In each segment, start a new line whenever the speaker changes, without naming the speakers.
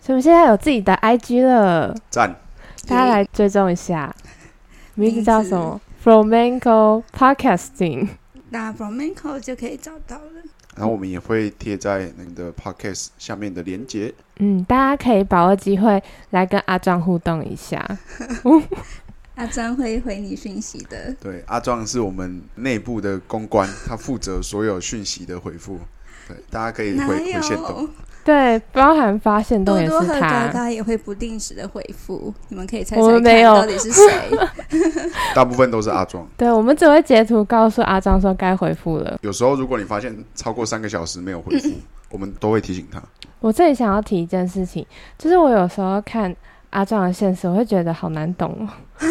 所以我们现在有自己的 IG 了，
赞，
大家来追踪一 下，名字叫什么？Flamenco Podcasting。
那 f r o m a n c o 就可以找到了。
然后我们也会贴在那个 podcast 下面的连接。
嗯，大家可以把握机会来跟阿壮互动一 下。
阿张会回你讯息的。
对，阿壮是我们内部的公关，他负责所有讯息的回复。对，大家可以
哪
回回线动。
有？
对，包含发现都
多
也
多
是
和
他
嘎。嘎也会不定时的回复，你们可以猜猜
我们
看
没有
到底是 谁。
大部分都是阿壮。
对，我们只会截图告诉阿张说该回复了。
有时候如果你发现超过三个小时没有回复，我们都会提醒他。
我这里想要提一件事情，就是我有时候看阿壮的现实，我会觉得好难懂哦。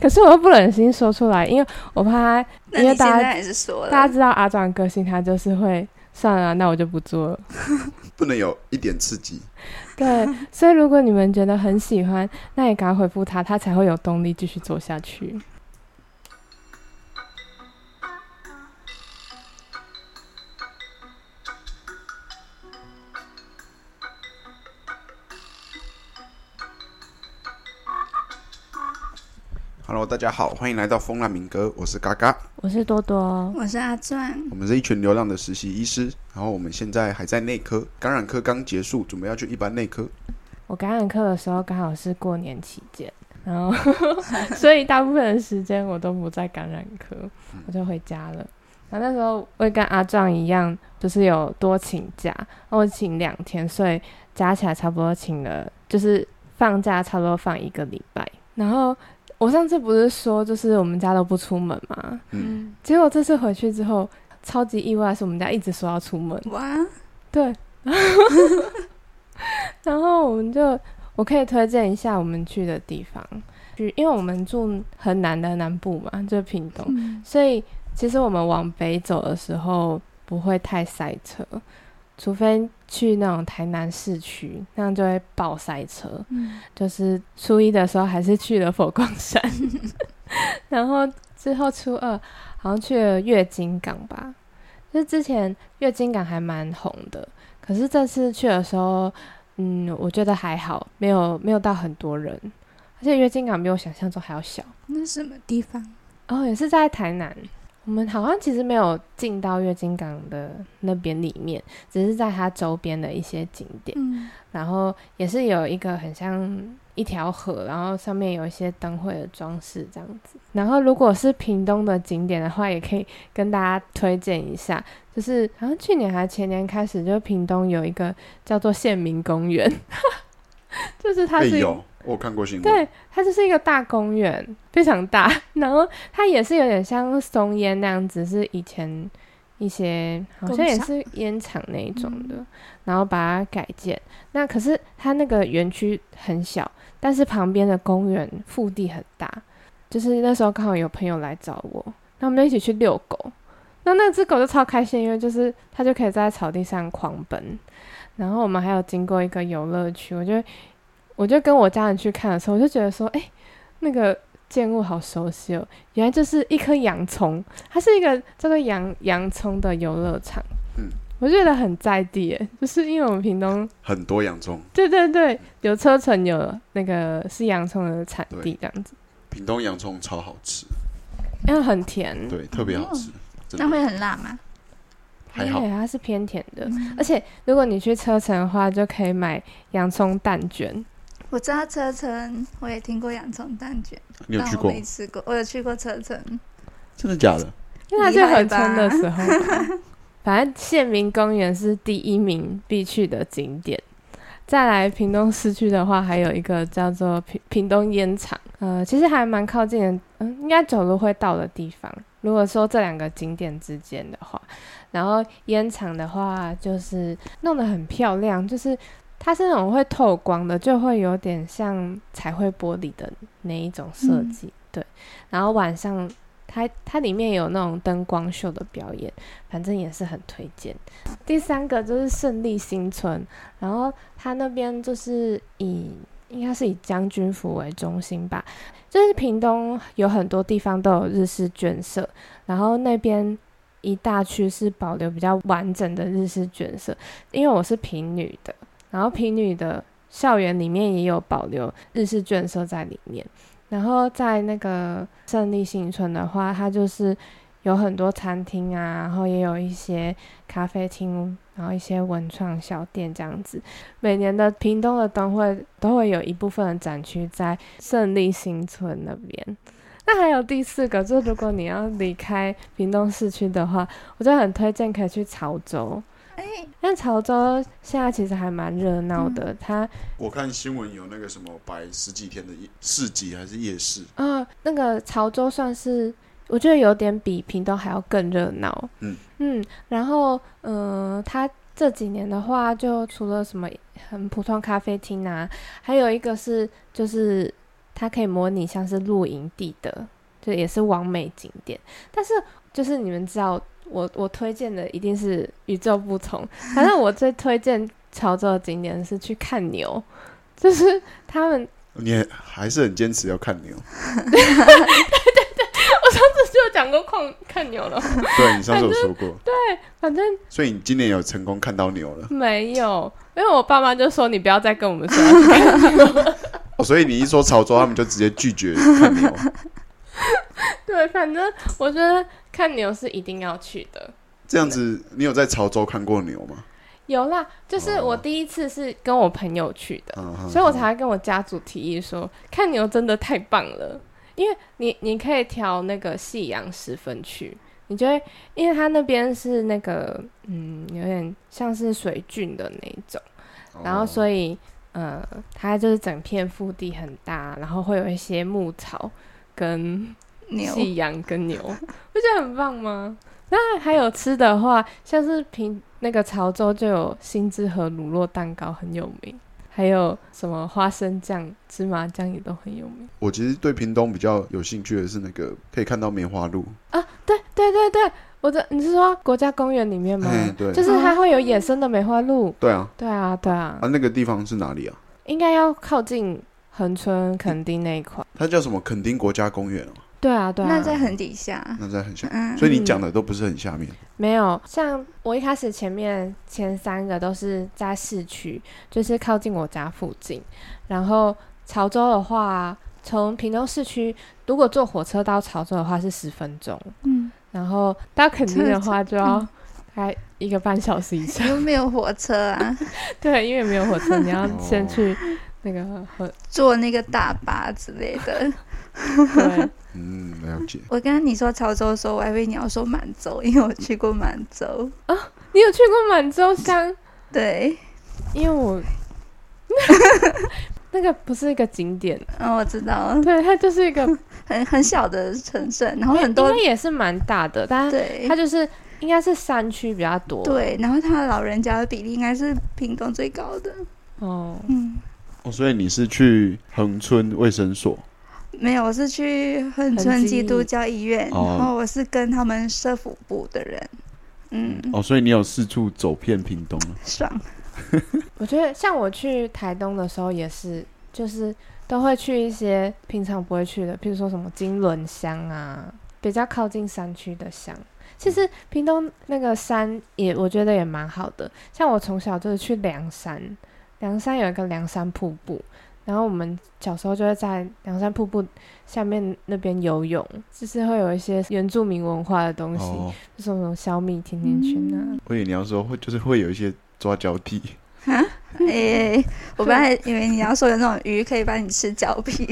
可是我又不忍心说出来，因为我怕他
那
因
你
为
现
大家
在还是说
大家
了，
知道阿壮的个性，他就是会算了，那我就不做了。
不能有一点刺激。
对，所以如果你们觉得很喜欢，那也赶快回复他，他才会有动力继续做下去。
Hello，大家好，欢迎来到风浪民歌，我是嘎嘎，
我是多哦多，
我是阿壮，
我们是一群流浪的实习医师，然后我们现在还在内科，感染科刚结束，准备要去一般内科。
我感染课的时候刚好是过年期间，然后 所以大部分的时间我都不在感染科，我就回家了。然后那时候我也跟阿壮一样，就是有多请假，然后我请两天，所以加起来差不多请了，就是放假差不多放一个礼拜。然后我上次不是说就是我们家都不出门嘛，
嗯，
结果这次回去之后超级意外，是我们家一直说要出门，
哇，
对， 然后我们就我可以推荐一下我们去的地方，去因为我们住很南的南部嘛，就是屏东，
嗯
所以其实我们往北走的时候不会太塞车，除非去那种台南市区，那样就会爆塞车。
嗯
就是初一的时候还是去了佛光山， 然后之后初二好像去了月经港吧，就是之前月经港还蛮红的，可是这次去的时候，嗯，我觉得还好，没有没有到很多人，而且月经港比我想象中还要小。
那什么地方？
哦，也是在台南。我们好像其实没有进到月经港的那边里面，只是在它周边的一些景点。
嗯，
然后也是有一个很像一条河，然后上面有一些灯会的装饰这样子。然后如果是屏东的景点的话，也可以跟大家推荐一下，就是好像去年还前年开始，就屏东有一个叫做县民公园， 就是它
哎
是一
有，我有看过新闻。
对，它就是一个大公园，非常大。然后它也是有点像松烟那样子，是以前一些好像也
工厂
是烟厂那一种的，然后把它改建。那可是它那个园区很小，但是旁边的公园腹地很大。就是那时候刚好有朋友来找我，那我们就一起去遛狗。那那只狗就超开心，因为就是它就可以在草地上狂奔。然后我们还有经过一个游乐区，我就我就跟我家人去看的时候，我就觉得说，哎、那个建物好熟悉哦，原来就是一颗洋葱，它是一个叫做洋洋葱的游乐场。
嗯，
我觉得很在地耶，就是因为我们屏东，
很多洋葱，
对对对，有车城有那个是洋葱的产地这样子，
屏东洋葱超好吃，
因为很甜。
对，特别好吃，真
那
的
会很辣吗？嗯
还好嗯
对，。它是偏甜的，而且如果你去车城的话，就可以买洋葱蛋卷。
我知道车城，我也听过洋葱蛋卷，
你有
但
去
我
过？
没吃过，我有去过车城。
真的假的？
因为它是
厉害
横
吧
村的时候吧，反正县民公园是第一名必去的景点。再来屏东市区的话，还有一个叫做屏屏东烟厂，呃，其实还蛮靠近的，嗯，应该走路会到的地方。如果说这两个景点之间的话，然后烟厂的话就是弄得很漂亮，就是它是那种会透光的，就会有点像彩绘玻璃的那一种设计，对。然后晚上它它里面有那种灯光秀的表演，反正也是很推荐。第三个就是胜利新村，然后它那边就是以应该是以将军府为中心吧，就是屏东有很多地方都有日式卷舍，然后那边一大区是保留比较完整的日式卷舍，因为我是平女的，然后平女的校园里面也有保留日式眷舍在里面。然后在那个胜利新村的话，它就是有很多餐厅啊，然后也有一些咖啡厅，然后一些文创小店这样子。每年的屏东的灯会都会有一部分的展区在胜利新村那边。那还有第四个，就是如果你要离开屏东市区的话，我就很推荐可以去潮州。
哎、
但潮州现在其实还蛮热闹的，它
我看新闻有那个什么摆十几天的夜市集还是夜市，
啊、那个潮州算是我觉得有点比屏东还要更热闹。
嗯
然后嗯、呃它这几年的话，就除了什么很普通咖啡厅啊，还有一个是就是它可以模拟像是露营地的，就也是完美景点。但是就是你们知道，我我推荐的一定是与众不同。反正我最推荐潮州的景点是去看牛，就是他们
你也还是很坚持要 看牛。
就讲过看看牛了。
对你上次有说过，
反正
所以你今年有成功看到牛了。
没有，因为我爸妈就说你不要再跟我们说要去看牛。
哦所以你一说潮州，他们就直接拒绝看 牛。
对，反正我觉得看牛是一定要去的。
这样子，你有在潮州看过牛吗？
有啦，就是我第一次是跟我朋友去的，
嗯，
所以我才
嗯
会跟我家族提议说，看牛真的太棒了，因为你你可以调那个夕阳时分去，你就会，因为它那边是那个嗯，有点像是水郡的那一种。
嗯
然后
哦
所以呃，它就是整片腹地很大，然后会有一些牧草跟
牛
夕阳跟牛，不觉得很棒吗？那还有吃的话，像是平那个潮州就有新之和乳酪蛋糕很有名，还有什么花生酱、芝麻酱也都很有名
我其实对屏东比较有兴趣的是那个可以看到梅花鹿，
啊！对对对对，我的你是说国家公园里面吗？
哎对
就是它
哦
会有野生的梅花鹿。
对啊，
对啊，对啊，
啊那个地方是哪里啊？
应该要靠近恒春、垦丁那一块。
它叫什么？垦丁国家公园哦，
对啊，对啊。
那在很底下，
那在很下，
嗯，
所以你讲的都不是很下面。
没有，像我一开始前面前三个都是在市区，就是靠近我家附近。然后潮州的话，从屏东市区如果坐火车到潮州的话是十分钟，
嗯，
然后到垦丁的话就要
嗯
大概一个半小时以上。
又没有火车啊，
对，因为没有火车，你要先去那个河。
坐那个大巴之类的。
对，
嗯，了解。
我刚刚你说潮州的时候，我还以为你要说满洲，因为我去过满洲。
你有去过满洲乡？
对，
因为 我那个不是一个景点，
嗯，我知道，
对，它就是一个
很很小的城镇，然后很
应
多
该也是蛮大的，但
对
它就是应该是山区比较多。，
对，然后他的老人家的比例应该是屏东最高的。
哦，
嗯，
哦，所以你是去恒春卫生所，
没有，我是去恒春基督教医院，
哦
然后我是跟他们社服部的人，嗯，
哦，所以你有四处走遍屏东了。
爽，
我觉得像我去台东的时候也是，就是都会去一些平常不会去的，譬如说什么金轮乡啊，比较靠近山区的乡。其实屏东那个山也，我觉得也蛮好的。像我从小就是去梁山，梁山有一个梁山瀑布，然后我们小时候就会在梁山瀑布下面那边游泳，就是会有一些原住民文化的东西。
哦，
就是那种小米甜甜圈啊，
我以为你要说会，就是会有一些抓交替。
诶、哎我本来以为你要说有那种鱼可以帮你吃脚皮，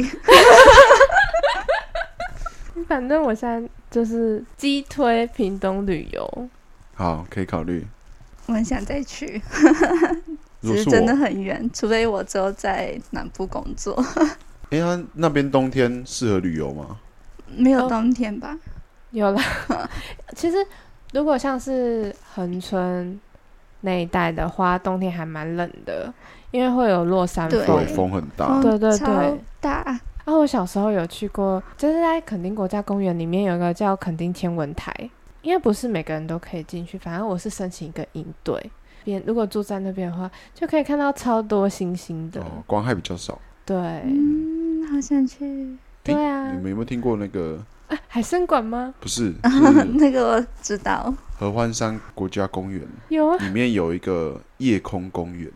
反正我现在就是击推屏东旅游，
好，可以考虑。
我很想再去，
如
只
果
是
是
真的
我，
很远，除非我之后在南部工作，
哎，它那边冬天适合旅游吗？
没有
哦
冬天吧？
有了。其实如果像是恒春那一带的话，冬天还蛮冷的，因为会有落山
对哦
对，
风。
风很大。
对对
嗯超
对
大，
啊，我小时候有去过，就是在垦丁国家公园里面有一个叫垦丁天文台，应该不是每个人都可以进去，反正我是申请一个营队。边如果住在那边的话，就可以看到超多星星的。
哦，光害比较少。
对，
嗯，好想去，
对
诶
啊
嗯
你们有没有听过那个？
啊海参馆吗？
不 是，是
那个我知道，
合欢山国家公园，
有啊，
里面有一个夜空公园。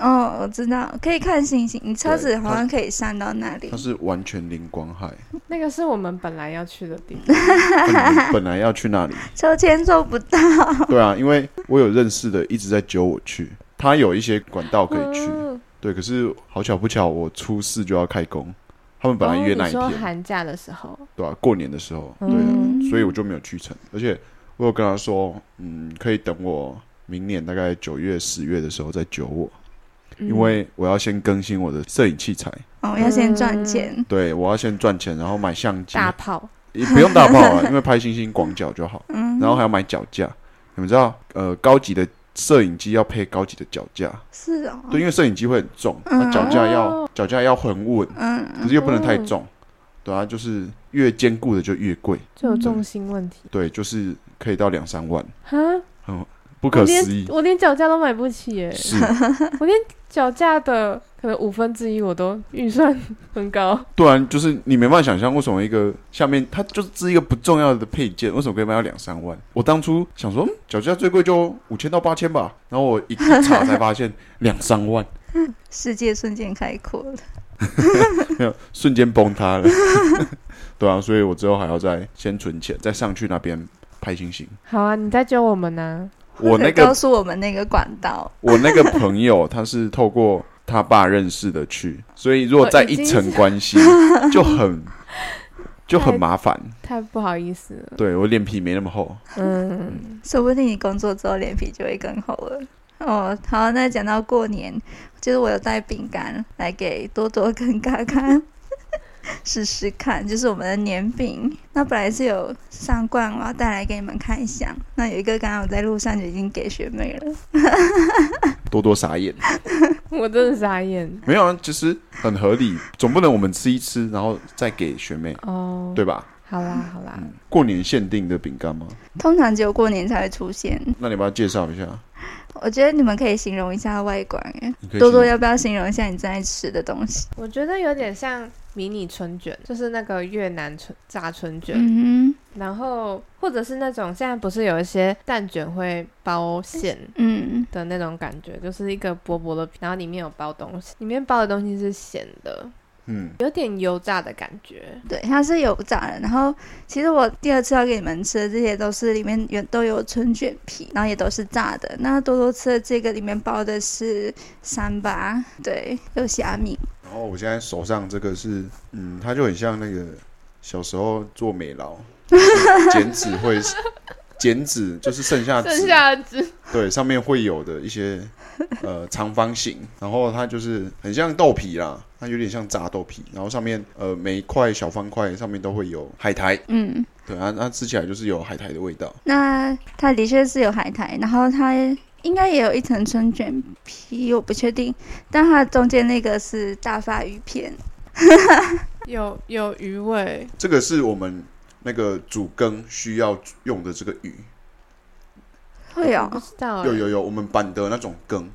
哦，我知道，可以看星星。你车
对
子好像可以上到那里
它。是完全零光海。
那个是我们本来要去的地方。
那你们本来要去那里，
抽签做不到，
对啊，因为我有认识的一直在揪我去，他有一些管 道可以去，
嗯
对。可是好巧不巧，我初四就要开工，他们本来约那
哦你
一
说
天，
寒假的时候，
对吧、过年的时候，对啊，
嗯
所以我就没有去成。而且我有跟他说，嗯，可以等我明年大概九月、十月的时候再揪我，
嗯
因为我要先更新我的摄影器材，
哦，要先赚钱。
对我要先赚钱，然后买相机，
大炮，
也不用大炮啊， 因为拍星星广角就好。
嗯，
然后还要买脚架。你们知道，呃，高级的摄影机要配高级的脚架，
是哦，
对，因为摄影机会很重，
嗯
那脚架要
哦
脚架要很稳，
嗯，
可是又不能太重，对啊，就是越坚固的就越贵，
就有重心问题。
对，就是可以到两三万，
嗯哈，
不
不
可思议，
哦我连脚架都买不起耶，
是，
我连脚架的可能五分之一我都预算很高。
对啊，就是你没办法想象为什么一个下面它就是只是一个不重要的配件，为什么可以卖到两三万？我当初想说嗯脚架最贵就五千到八千吧，然后我一查才发现两三万，
世界瞬间开阔了。
没有，瞬间崩塌了。 对啊，所以我之后还要再先存钱，再上去那边拍星星。
好啊，你在揪我们啊呢、
我那
或者告
个
诉我们那个管道，
我那个朋友，他是透过他爸认识的去，所以如果再一层关系，就 很就很麻烦。
太不好意思了。
对我脸皮没那么厚，
嗯，
说不定你工作之后脸皮就会更厚了。哦，好，那讲到过年，就是我有带饼干来给多多跟嘎嘎 试试看，就是我们的年饼。那本来是有上罐，我要带来给你们看一下。那有一个刚刚我在路上就已经给学妹了。
多多傻眼。
我真的傻眼
没有啊，其实很合理，总不能我们吃一吃，然后再给学妹，
哦。
对吧？
好啦好啦，
嗯，过年限定的饼干吗？
通常只有过年才会出现，
那你把它介绍一下。
我觉得你们可以形容一下外观耶。
你可以
多
形
多
容
要不要形容一下你正在吃的东西？
我觉得有点像迷你春卷，就是那个越南春炸春卷，
嗯
然后或者是那种现在不是有一些蛋卷会包馅
哼嗯
的那种感觉，就是一个薄薄的皮，然后里面有包东西，里面包的东西是咸的，
嗯，
有点油炸的感觉。
对，它是有炸的。然后其实我第二次要给你们吃的这些都是里面有都有春卷皮，然后也都是炸的。那多多吃的这个里面包的是三八，对，有虾米。
然哦后我现在手上这个是，嗯，它就很像那个小时候做美劳，剪纸会 剪纸就是剩下纸，
剩下的只
对，上面会有的一些呃长方形，然后它就是很像豆皮啦，它有点像炸豆皮，然后上面呃每一块小方块上面都会有海苔，
嗯，
对啊，它吃起来就是有海苔的味道，
那它的确是有海苔，然后它应该也有一层春卷皮，我不确定。但它中间那个是大发鱼片，
有有鱼味，
这个是我们那个主羹需要用的这个鱼，
会
我不
哦，
知道、欸，
有有有，我们板的那种羹，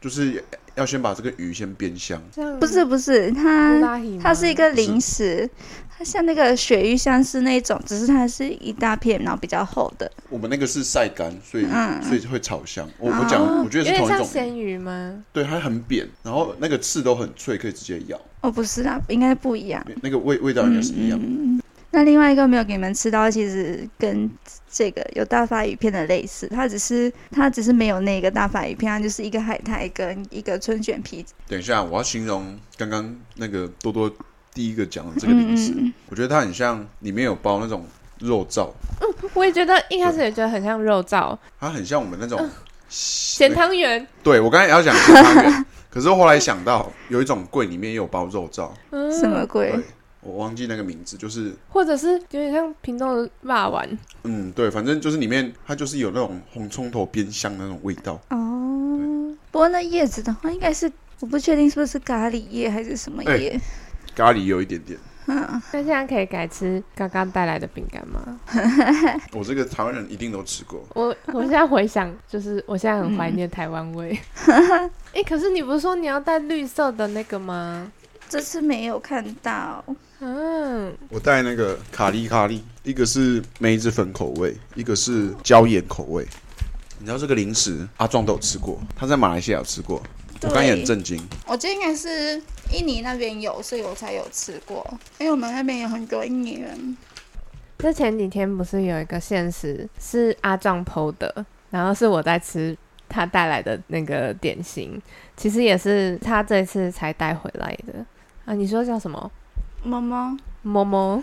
就是要先把这个鱼先煸香。
像
不是不是，它
布拉提吗
它是一个零食，它像那个鳕鱼香是那种，只是它是一大片，然后比较厚的。
我们那个是晒干，所以、
嗯
所以会炒香。我
哦
我讲，
哦
我觉得是
有
同
点像
一种，
咸鱼吗？
对，它很扁，然后那个刺都很脆，可以直接咬，
哦，不是啦，应该不一样。
那个味味道应该是一样。
嗯嗯那另外一个没有给你们吃到，其实跟这个有大发鱼片的类似，它只是它只是没有那个大发鱼片，它就是一个海苔跟一个春卷皮。
等一下，我要形容刚刚那个多多第一个讲的这个
嗯
零食，
嗯，
我觉得它很像里面有包那种肉燥，
我也觉得一开始也觉得很像肉燥
它很像我们那
呃
种
咸
咸。
汤圆，
对我刚才也要讲咸汤圆，可是后来想到有一种柜里面也有包肉燥，
嗯，
什么鬼？
对我忘记那个名字，就是
或者是有点像屏东的辣丸，
嗯，对，反正就是里面它就是有那种红葱头煸香的那种味道。
哦，不过那叶子的话，应该是我不确定是不是咖喱叶还是什么
哎
叶。
咖喱有一点点。
嗯，
那现在可以改吃刚刚带来的饼干吗？
我这个台湾人一定都吃过，
我我现在回想，就是我现在很
嗯
怀念台湾 味。哎、可是你不是说你要带绿色的那个吗？
这次没有看到。
嗯，
我带那个卡利卡利，一个是梅子粉口味，一个是椒盐口味。你知道这个零食阿壮都有吃过，他在马来西亚有吃过，我刚也很
对
震惊，
我觉得应该是印尼那边有，所以我才有吃过。因为我们那边有很多印尼人，
就前几天不是有一个现实是阿壮 PO 的，然后是我在吃他带来的那个点心，其实也是他这次才带回来的啊。你说叫什么？
么么，
摸摸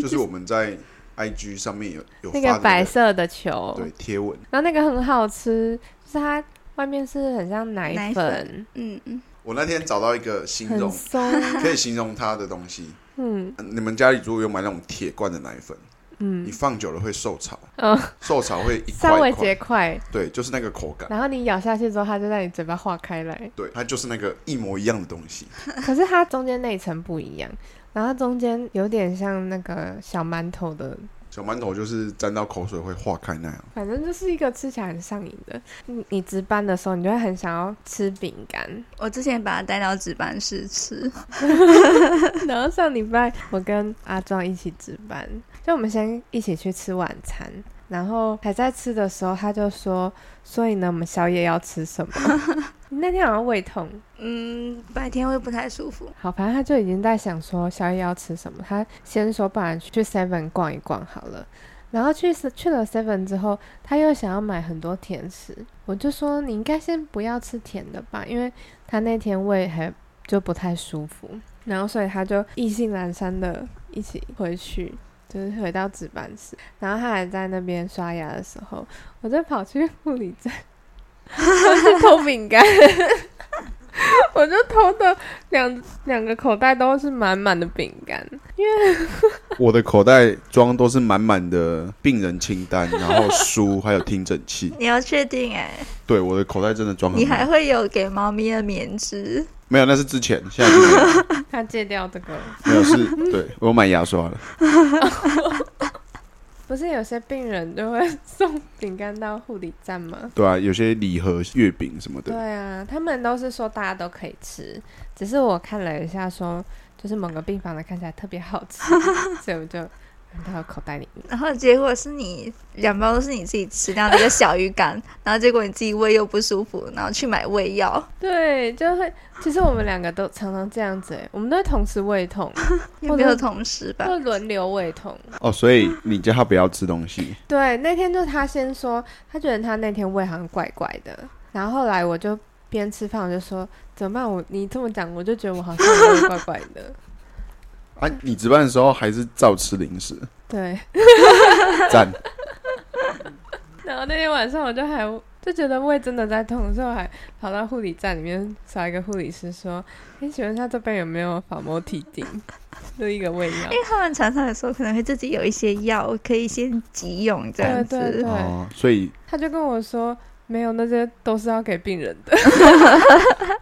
就是我们在 IG 上面有
那
有发
个
的
白色的球，
对贴文，
然后那个很好吃，就是它外面是很像奶
奶
粉，
嗯嗯，
我那天找到一个形
很
容
松，
可以形容它的东西。
嗯
你们家里如果有买那种铁罐的奶粉，
嗯
你放久了会受潮，
嗯，
受潮会一
稍
块
微
一块，
结块，
对，就是那个口感，
然后你咬下去之后，它就在你嘴巴化开来。
对，它就是那个一模一样的东西。
可是它中间那一层不一样，然后它中间有点像那个小馒头的，
小馒头就是沾到口水会化开那样，
反正就是一个吃起来很上瘾的。你你值班的时候，你就会很想要吃饼干。
我之前把它带到值班室吃，
然后上礼拜我跟阿壮一起值班，就我们先一起去吃晚餐，然后还在吃的时候，他就说：“所以呢，我们宵夜要吃什么？” 你那天好像胃痛，
嗯，白天会不太舒服，
好，反正他就已经在想说宵夜要吃什么。他先说，不然去 Seven 逛一逛好了。然后去去了 Seven 之后，他又想要买很多甜食。我就说你应该先不要吃甜的吧，因为他那天胃还就不太舒服。然后所以他就意兴阑珊的一起回去，就是回到值班室。然后他还在那边刷牙的时候，我就跑去护理站， 我去偷饼干。 我就偷的两两个口袋都是满满的饼干，
我的口袋装都是满满的病人清单，然后书还有听诊 器。
你要确定哎、
对，我的口袋真的装很
你还
满。
会有给猫咪的棉质，
没有，那是之前，现在就没有。
他戒掉这个。
没 有是，对我买牙刷了。
不是有些病人就会送饼干到护理站吗？
对啊，有些礼盒、月饼什么
对
的，
啊，他们都是说大家都可以吃，只是我看了一下说，就是某个病房的看起来特别好 吃，所以我就放到口袋里面。
然后结果是你两包都是你自己吃掉那个小鱼干， 然后结果你自己胃又不舒服，然后去买胃药，
对，就会其实我们两个都常常这样子、欸，我们都会同时胃痛，
也
或
没
者
有同时吧？
会轮流胃痛。
哦，所以你叫他不要吃东西，
对，那天就他先说，他觉得他那天胃好像怪怪的，然后后来我就边吃饭我就说怎么办？我你这么讲，我就觉得我好像 胃怪怪的。
啊，你值班的时候还是照吃零 食，
对，
赞。
然后那天晚上我就还就觉得胃真的在痛，所以我还跑到护理站里面找一个护理师说：“你请问一下这边有没有法莫替定？就一个胃 药。
因为他们常常有时候可能会自己有一些药可以先急用这样子，
对对对
哦，所以
他就跟我说：“没有，那些都是要给病人的。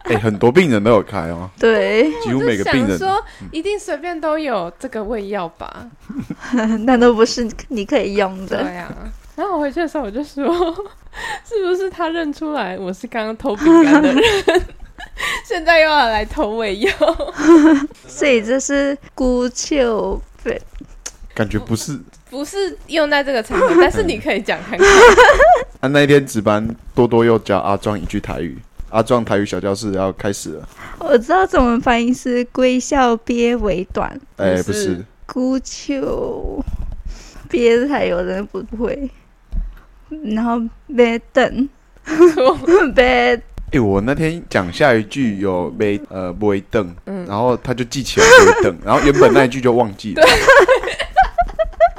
哎、很多病人都有开哦，
对
几”乎每个病
想
人嗯
说一定随便都有这个胃药吧。
那都不是你可以用
对
的。
呀、然后我回去的时候，我就说， 是不是他认出来我是刚刚偷饼干的人， 现在又要来偷胃药？
所以这是孤丘对，
感觉不是。
不是用在这个场合，但
嗯
是你可以讲看看。
啊，那一天值班，多多又教阿壮一句台语，阿壮台语小教室要开始了。
我知道怎么翻译是龟笑鳖为短，
哎、
不
不
是
是，
孤丘鳖才有人不会，然后别等
错
别
哎、我那天讲下一句有被呃不会瞪，
嗯
然后他就记起来不 会瞪，然后原本那一句就忘记了。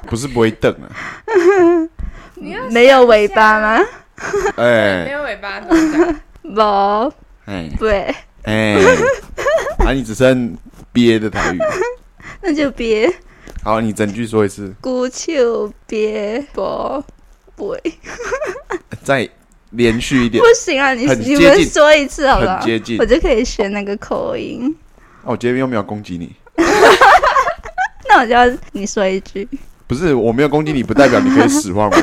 不是不会瞪啊，
你要
没有尾 巴吗？
没
哎
有尾巴怎么讲？
不
哎
对，
哎，啊，你只剩憋的台语，
那就别
好，你整句说一次，
孤丘鳖不不
再连续一点
不。行啊，你
很
你
接
们
近
说一次好不好？
很接近
我就可以学那个口音。
哦，我今天又没有攻击你，
那我就要你说一句，
不是我没有攻击你，不代表你可以使 唤我，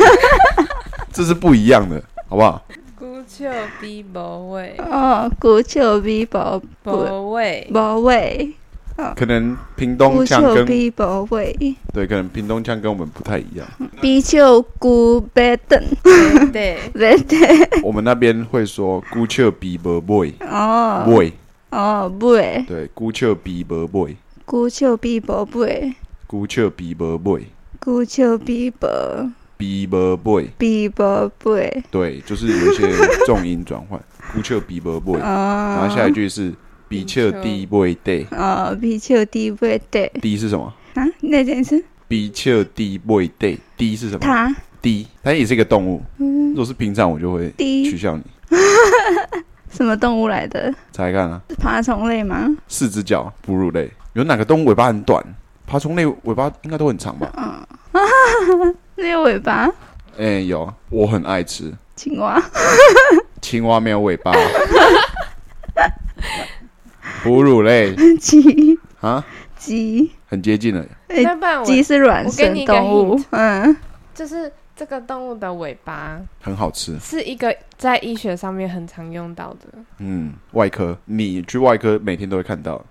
这是不一样的，好不好？
孤丘 逼博胃，
哦，古丘比宝
博胃，
宝位，嗯
可能屏东
不
腔
求
跟
必博味，
对，可能屏东腔跟我们不太一样，
必求孤白等，
对，
白等
我们那边会说姑且比伯 boy
哦
boy，
哦不诶，
对，姑且比伯 boy，
孤求必博味，
姑且比伯 boy，
孤求必博
比伯 boy，
必博味
对，就是有一些重音转换， 姑且比伯 boy，然后
哦
下一句是比切低 boy day，
哦，必求必博对
低是什么？
啊，那件事
比切低 boy day，低是什么？
他
低，它也是一个动物。如果是平常，我就会取
低
笑你。
什么动物来的？
猜看啊，
是爬虫类吗？
四只脚，哺乳类，有哪个动物尾巴很短？爬虫类尾巴应该都很长吧？
没有尾巴，
哎、有，我很爱吃
青蛙，
青蛙，没有尾巴。 哺乳类
鸡
啊，
鸡，
很接近了。
哎
那不然我
鸡是卵
我给你
生
一个
动物
hint，
嗯，
就是这个动物的尾巴
很好吃，
是一个在医学上面很常用到的，
嗯，外科，你去外科每天都会看到，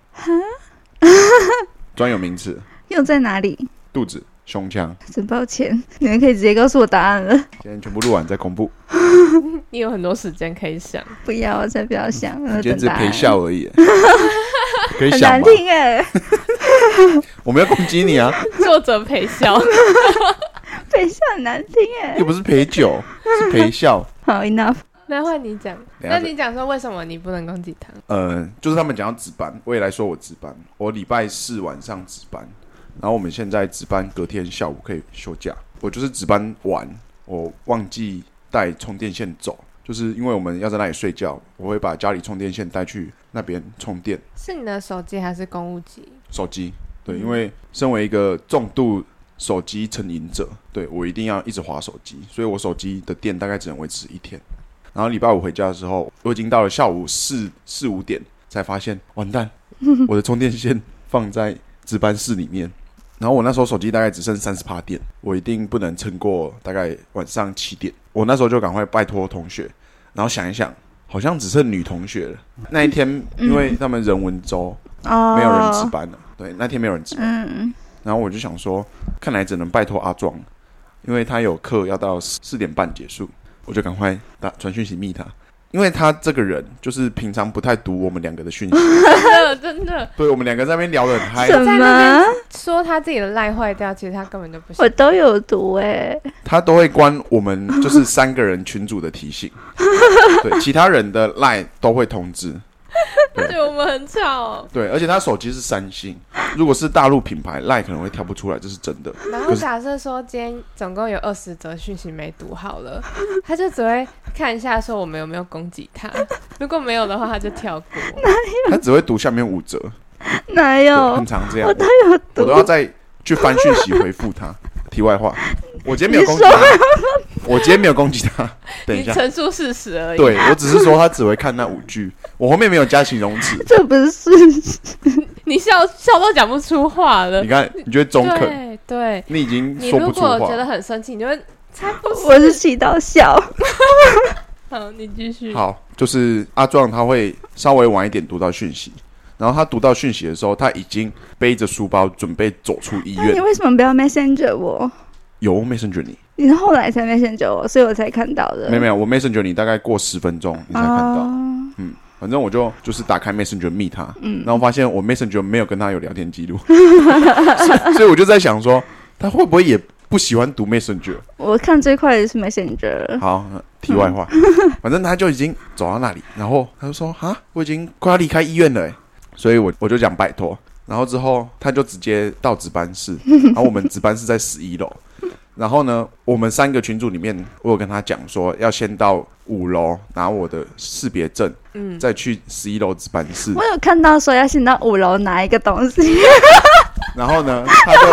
专有名词，
用在哪里？
肚子、胸腔，
真抱歉，你们可以直接告诉我答案了。
今天全部录完再公布，
你有很多时间可以想。
不要，我才不要想，我
今天
等
只
答
陪
案。
笑而 已，可以
很
想
难
吗？
听哎，
我们要攻击你啊，
作者陪笑，
陪笑很难听哎
又。不是陪酒，是陪笑。
好，enough，
那换你讲，
等一
那
下
你讲说为什么你不能攻击他？
呃，就是他们讲要值班，我也来说我值班，我礼拜四晚上值班，然后我们现在值班，隔天下午可以休假。我就是值班晚，我忘记带充电线走，就是因为我们要在那里睡觉，我会把家里充电线带去那边充电
是你的手机还是公务机？
手机。对，因为身为一个重度手机成瘾者，对我一定要一直划手机，所以我手机的电大概只能维持一天。然后礼拜五回家的时候，我已经到了下午四四五点，才发现完蛋，我的充电线放在值班室里面。然后我那时候手机大概只剩三十趴电，我一定不能撑过大概晚上七点。我那时候就赶快拜托同学，然后想一想，好像只剩女同学了。那一天，因为他们人文周
哦，
没有人值班了，对，那天没有人值班。
嗯，
然后我就想说，看来只能拜托阿壮，因为他有课要到四四点半结束，我就赶快打传讯息密他，因为他这个人就是平常不太读我们两个的讯息，
真的真的
对我们两个在那边聊得很嗨，
什
在那
么？
说他自己的赖坏掉，其实他根本就不
我
行。
都有读哎，
他都会关我们 就是三个人群组的提醒，对，其他人的 line 都会通知，
而且我们很吵哦，
对，而且他手机是三星，如果是大陆品牌 line 可能会跳不出来，这是真的，
然后假设说今天总共有二十则讯息没读好了，他就只会看一下说我们有没有攻击他，如果没有的话他就跳过。
他只会读下面五折，
哪
对，
有
很？常这样，
我都有
我
读
都，要再去翻讯息回复他。 题外话，我今天没有攻击他，我今天没有攻击 他。等一
你
下，
陈述事实而已。
对我只是说他只会看那五句，我后面没有加形 容词。
这不是事 实。
你笑笑都讲不出话了
你。看，你觉得中肯，
对对，
你已经
你
说不
如
出
果
话
觉得
了。
很生气，你就会才不是。
我是气到笑，
好，你继续。
好，就是阿壮他会稍微晚一点读到讯息，然后他读到讯息的时候，他已经背着书包准备走出医
那你
院。
为什么不要 messenger 我？
有 messenger 你？
你是后来才 messenger 我，所以我才看到的。
没有没有，我 messenger 你大概过十分钟你才看到。
哦
反正我就就是打开 Messenger 密他，然后发现我 Messenger 没有跟他有聊天记录，所以所以我就在想说，他会不会也不喜欢读 Messenger？
我看最快的是 messenger 了。
好，呃题外话，反正他就已经走到那里，然后他就说：“哈，我已经快要离开医院了欸。”所以我我就讲拜托，然后之后他就直接到值班室，然后我们值班室在十一楼，然后呢，我们三个群组里面，我有跟他讲说要先到五楼拿我的识别证，
嗯，
再去十一楼值班室。
我有看到说要先到五楼拿一个东西，
然后呢，他就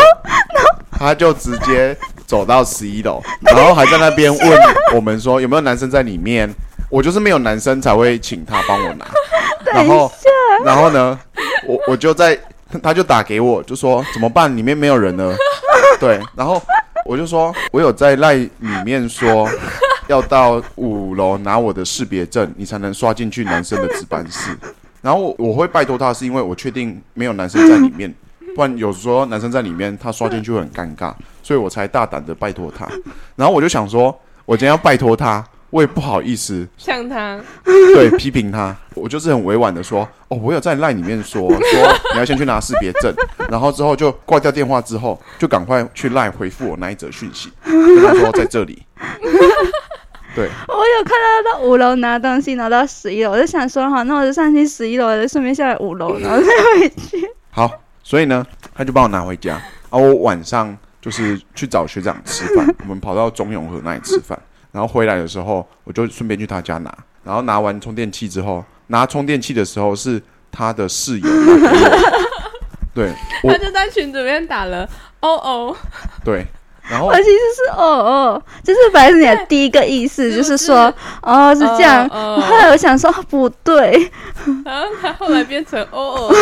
他就直接走到十一楼，然后还在那边问我们说有没有男生在里面。我就是没有男生才会请他帮我拿，然后然后呢，我我就在他就打给我，就说怎么办，里面没有人呢？对，然后我就说我有在赖里面说要到五楼拿我的识别证，你才能刷进去男生的值班室。然后我我会拜托他，是因为我确定没有男生在里面，不然有时候男生在里面他刷进去会很尴尬，所以我才大胆的拜托他。然后我就想说，我今天要拜托他，我也不好意思
像他，
对批评他，我就是很委婉的说，哦，我有在 line 里面说说你要先去拿识别证，然后之后就挂掉电话之后，就赶快去 line 回复我那一则讯息，跟他说在这里。对，
我有看到他到五楼拿东西，拿到十一楼，我就想说好，那我就上去十一楼，我就顺便下来五楼，然后再回去。
好，所以呢，他就帮我拿回家啊。我晚上就是去找学长吃饭，我们跑到中永和那里吃饭，然后回来的时候，我就顺便去他家拿，然后拿完充电器之后，拿充电器的时候是他的室友拿给我，对我
他就在群组里面打了哦哦，
对，然后
我其实是哦哦，就是本来是你的第一个意思，
是
就
不是
是说哦是这样。
哦
后来我想说哦不对，
然后他后来变成哦哦，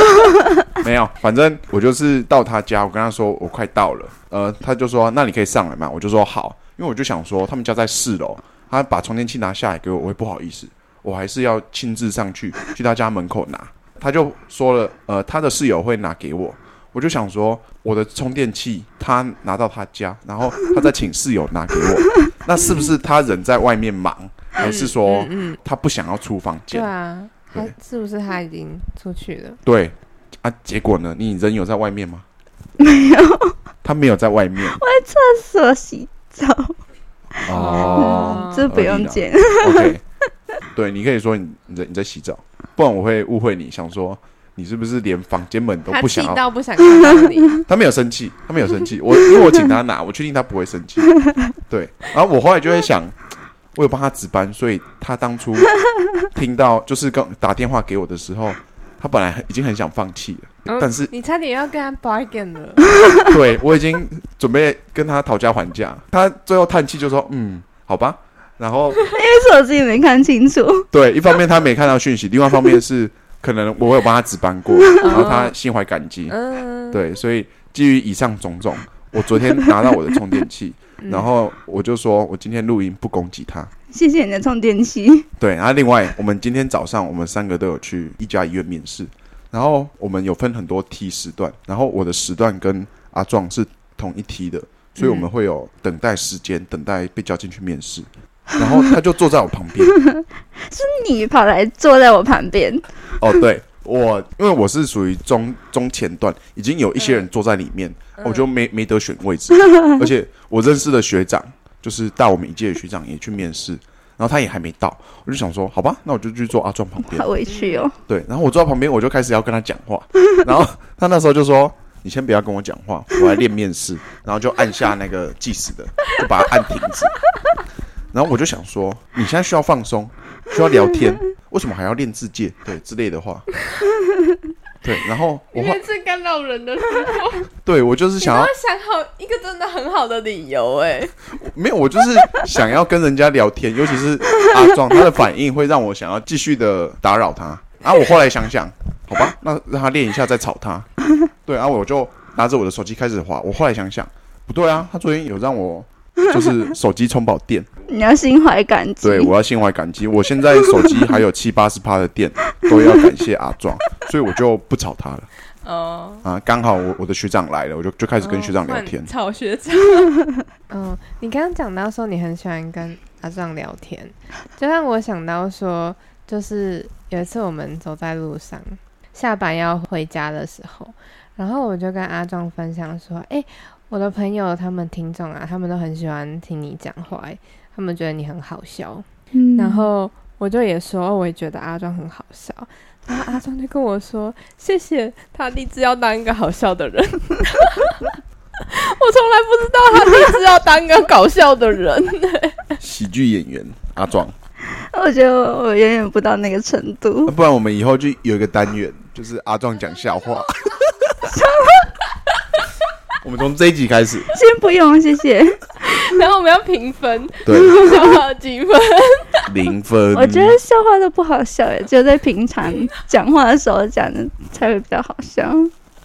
没有，反正我就是到他家，我跟他说我快到了，呃，他就说那你可以上来嘛，我就说好，因为我就想说他们家在四楼，他把充电器拿下来给我，我会不好意思，我还是要亲自上去去他家门口拿。他就说了，呃，他的室友会拿给我，我就想说我的充电器他拿到他家，然后他再请室友拿给我，那是不是他人在外面忙，还是说
嗯，嗯
他不想要出房
对
间？
啊，他
对
是不是他已经出去了？
对啊，结果呢？你人有在外面吗？没有，他没有在外面
说洗澡，
哦
这不用剪。
OK，对，你可以说你你在你在洗澡，不然我会误会你，想说你是不是连房间门都
他
不
气
想要？
到不想看到 你，嗯
他没有生气，他没有生气。 我因为我请他拿，我确定他不会生气。对，然后我后来就会想，我有帮他值班，所以他 当初听到就是刚打电话给我的时候，他本来已经很想放弃了，
嗯
但是
你差点要跟他 bargain 了，
对我已经准备跟他讨价还价，他最后叹气就说：“嗯，好吧。”然后
但是我自己没看清楚，
对，一方面他没看到讯息，另外一方面是可能我有帮他值班 过，然后他心怀感激。
嗯，
对，所以基于以上种种，我昨天拿到我的充电器，
嗯
然后我就说我今天录音不攻击他。
谢谢你的充电器。
对，然后另外我们今天早上我们三个都有去一家医院面试，然后我们有分很多梯时段，然后我的时段跟阿壮是同一梯的，所以我们会有等待时间，等待被叫进去面试。然后他就坐在我旁边，
你跑来坐在我旁边，
哦，对我，因为我是属于中中前段，已经有一些人坐在里面，我就没没得选位置，而且我认识的学长，就是大我们一届的学长也去面试，然后他也还没到，我就想说，好吧，那我就去坐阿壮旁 边
好。委屈哦。
对，然后我坐在旁边，我就开始要跟他讲话，然后他那时候就说：“你先不要跟我讲话，我来练面试。”然后就按下那个计时的，就把它按停止。然后我就想说，你现在需要放松，需要聊天，为什么还要练字界？对之类的话。对，然后我
因
后
为是干扰人的时候，
对我就是
你
想要
要想好一个真的很好的理由哎，
没有，我就是想要跟人家聊天，尤其是阿壮，他的反应会让我想要继续的打 扰他。啊，我后来想想，好吧，那让他练一下再吵他。对啊，我就拿着我的手机开始滑。我后来想想，不对啊，他昨天有让我 就是手机充饱电，
你要心怀感激。
对我要心怀感激。我现在手机还有七八十趴的电，都要感谢阿 壮，所以我就不吵他了
哦。
啊。刚好我我的学长来了，我就就开始跟学长聊
哦
天
换。吵学长。 嗯，你刚刚讲到说你很喜欢跟阿壮聊天，就让我想到说，就是有一次我们走在路上，下班要回家的时候，然后我就跟阿壮分享说，哎、我的朋友他们听众啊，他们都很喜欢听你讲话、诶他们觉得你很好笑。
嗯
然后我就也说，哦我也觉得阿壮很好笑。然后阿壮就跟我说：“谢谢他立志要当一个好笑的人。” 我从来不知道他立志要当一个搞笑的人。
喜剧演员阿壮。
我觉得我我远远不到那个程度
那。 不然我们以后就有一个单元，就是阿壮讲笑 话。 我们从这一集开始，
先不用，谢谢。
然后我们要评分，
对，
笑话几分？
零分。
我觉得笑话都不好笑耶，只有在平常讲话的时候讲的才会比较好笑。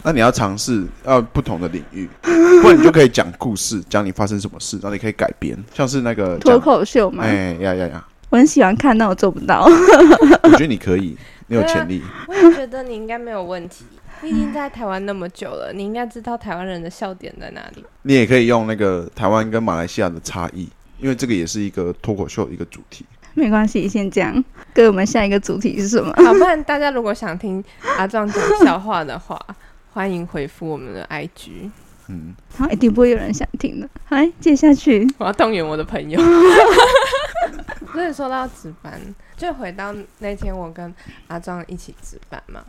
那你要尝试呃不同的领域，不然你就可以讲故事，讲你发生什么事，然后你可以改编，像是那个
脱
讲
口秀嘛，
哎呀呀呀，
我很喜欢看，但我做不到。
我觉得你可以，你有潜力。
我也觉得你应该没有问题。你已经在台湾那么久了，你应该知道台湾人的笑点在哪里。
你也可以用那个台湾跟马来西亚的差异，因为这个也是一个脱口秀的一个主题。
没关系，先这样。哥，我们下一个主题是什么？
好，不然大家如果想听阿壮讲笑话的话，欢迎回复我们的 IG。
嗯，
好，一定不会有人想听的。来，接下去，
我要动员我的朋友。 所以说到值班，就回到那天我跟阿壮一起值班嘛，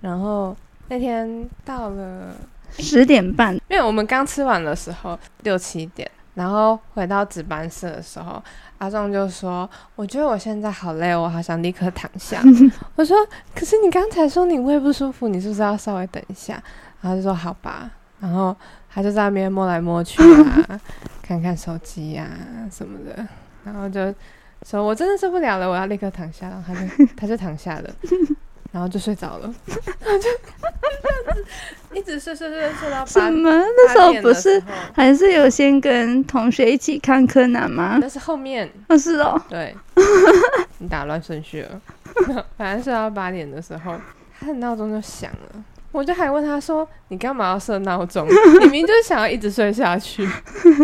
然后那天到了，
十点半，
因为我们刚吃完的时候六七点，然后回到值班室的时候，阿壮就说：“我觉得我现在好累，我好想立刻躺下。” 我说：“可是你刚才说你胃不舒服，你是不是要稍微等一下？”然后他就说：“好吧。”然后他就在那边摸来摸去 啊，看看手机呀、什么的，然后就说：“我真的受不了了，我要立刻躺下。”然后他就 他就躺下了，然后就睡着了， 然后就一直睡睡睡睡到八
什么？那时
八
候
点
不
的
是
时候
还是有先跟同学一起看柯南吗？
那是后面
哦，是哦，？
对，你打乱顺序了。 反正睡到八点的时候，他的闹钟就响了。我就还问他说：“你干嘛要设闹钟？你明明就是想要一直睡下去。”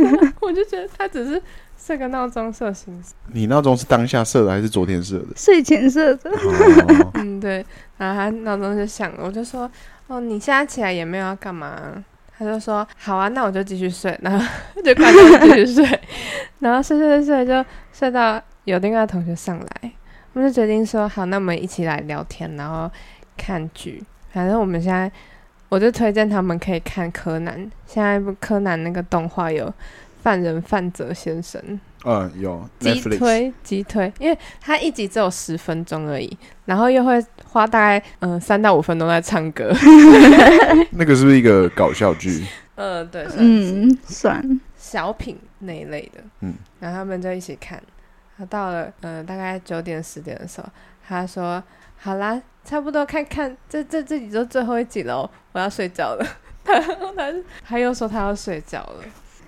我就觉得他只是设个闹钟设醒。
你闹钟是当下设的还是昨天设的
睡前设的。
哦
嗯，对。然后他闹钟就响了，我就说：“哦，你现在起来也没有要干嘛啊、他就说：“好啊，那我就继续睡。”然后就赶紧继续睡， 然后睡睡睡睡就睡到有另外的同学上来，我们就决定说：“好，那我们一起来聊天，然后看剧。反正我们现在，我就推荐他们可以看柯南。现在不柯南那个动画有犯人范泽先生，
嗯， 有
急
Netflix
推急推，因为它一集只有十分钟而已，然后又会花大概嗯三、到五分钟在唱歌。
那个是不是一个搞笑剧？
呃，对， 嗯，
嗯，算。
小品那一类的，
嗯，
然后他们就一起看。他到了嗯、呃大概九点十点的时候，他说：“好啦，差不多看看这这这集就最后一集喽，我要睡觉了。” 然后他他又说他要睡觉了。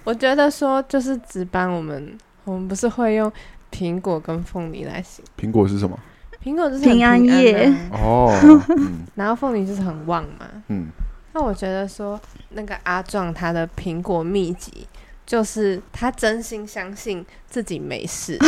我觉得说就是值班，我们我们不是会用苹果跟凤梨来形容
苹果是什么？
苹果就是很
平安夜
平安啊
哦，嗯
然后凤梨就是很旺嘛。
嗯，
那我觉得说，那个阿壮他的苹果秘籍就是他真心相信自己没 事，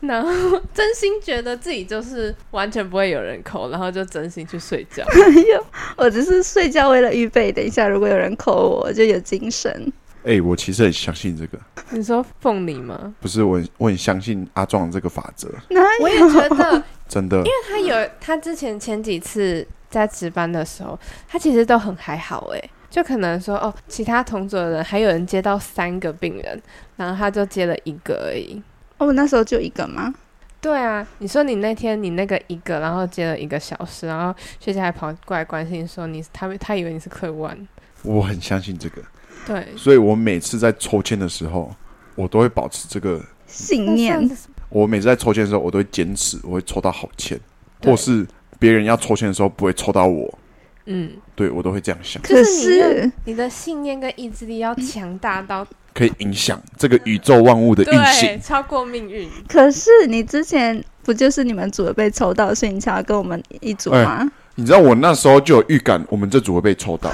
然后真心觉得自己就是完全不会有人扣，然后就真心去睡觉。
哎呦，我只是睡觉为了预备，等一下如果有人扣我，我就有精神。
哎，我其实很相信这个，
你说凤梨吗？
不是我很我很相信阿壮这个法则，
哪
我也
有
觉得，
真的。
他
嗯
有他之前前几次在值班的时候，他其实都很还好诶，就可能说哦，其他同组的人还有人接到三个病人，然后他就接了一个而已。
哦，我那时候就一个吗？
对啊，你说你那天你那个一个，然后接了一个小时，然后学姐还跑过来关心说你他他以为你是客官，
我很相信这个，
对，
所以我每次在抽签的时候，我都会保持这个。
信念
那算是
我每次在抽签的时候，我都会坚持，我会抽到好签，
对
或是别人要抽签的时候不会抽到我，
嗯，
对我都会这样想，
就
可
是你的
是
你的信念跟意志力要强大到
可以影响这个宇宙万物的运
对
行。
超过命运，
可是你之前不就是你们组的被抽到，所以你才要跟我们一组吗？
你知道我那时候就有预感，我们这组会被抽到，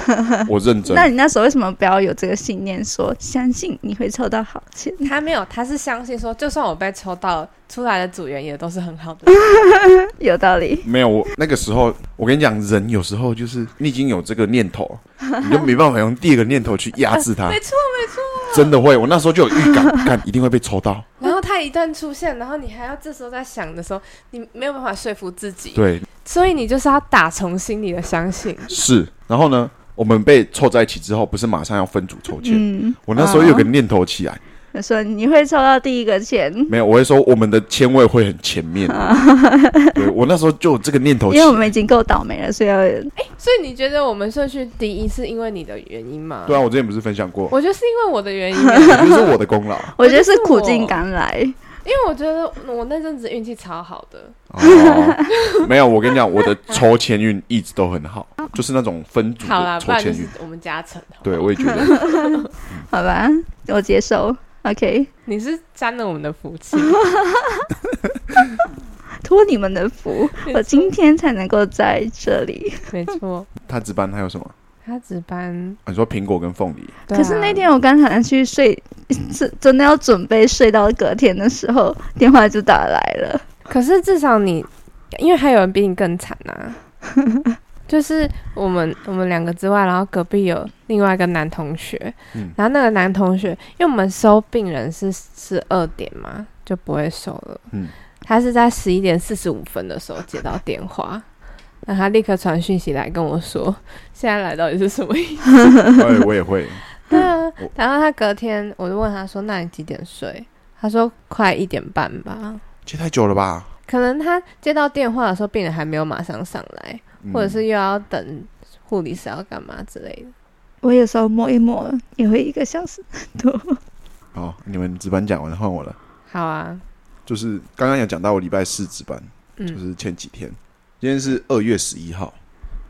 我认真。
那你那时候为什么不要有这个信念说相信你会抽到好钱？
他没有，他是相信说，就算我被抽到，出来的组员也都是很好的。
有道理，
没有，我那个时候，我跟你讲，人有时候就是你已经有这个念头， 你就没办法用第二个念头去压制它。
没错，没错。
真的会，我那时候就有预 感，看一定会被抽到。
然后他一旦出现，然后你还要这时候在想的时候，你没有办法说服自己，
对，
所以你就是要打从心里的相信。
是。然后呢，我们被凑在一起之后，不是马上要分组抽签？
嗯，
我那时候有个念头起来，
我说你会抽到第一个钱，
没有，我会说我们的签位会很前 面。对我那时候就有这个念头起
因为我
来。
们已经够倒霉了，所以要有
所以你觉得我们顺序第一是因为你的原因吗？
对啊，我之前不是分享过，
我觉得是因为我的原因，啊
我觉得是我的 功劳。
我觉得是
我
苦尽甘来。
因为我觉得我那阵子运气超好的，
哦，没有，我跟你讲，我的抽签运一直都很好，就是那种分组
好啦，
的
不
嗯抽
然就
签
是
运。
我们加成。好不好
对，我也觉得。
好吧，我接受。 OK，
你是沾了我们的福 气，
托你们的福，我今天才能够在这里。
没错。
他值班还有什么？
他值班，
啊你说苹果跟凤 梨，
对啊
可是那天我刚才去睡，真真的要准备睡到隔天的时候，电话就打来了。
可是至少你，因为还有人比你更惨 啊，就是我们我们两个之外，然后隔壁有另外一个男同学，
嗯
然后那个男同学，因为我们收病人是十二点嘛，就不会收了，
嗯
他是在十一点四十五分的时候接到电话。那他立刻传讯息来跟我说， 现在来到底是什么意思？
哎，我也会，
对啊
我，
然后他隔天我就问他说：“那你几点睡？”他说：“快一点半吧。”
接太久了吧？
可能他接到电话的时候，病人还没有马上上来，
嗯
或者是又要等护理师要干嘛之类的。
我有时候摸一摸也会一个小时多。
好，你们值班讲完了，换我了。
好啊，
就是刚刚有讲到我礼拜四值班，
嗯
就是前几天，今天是二月十一号，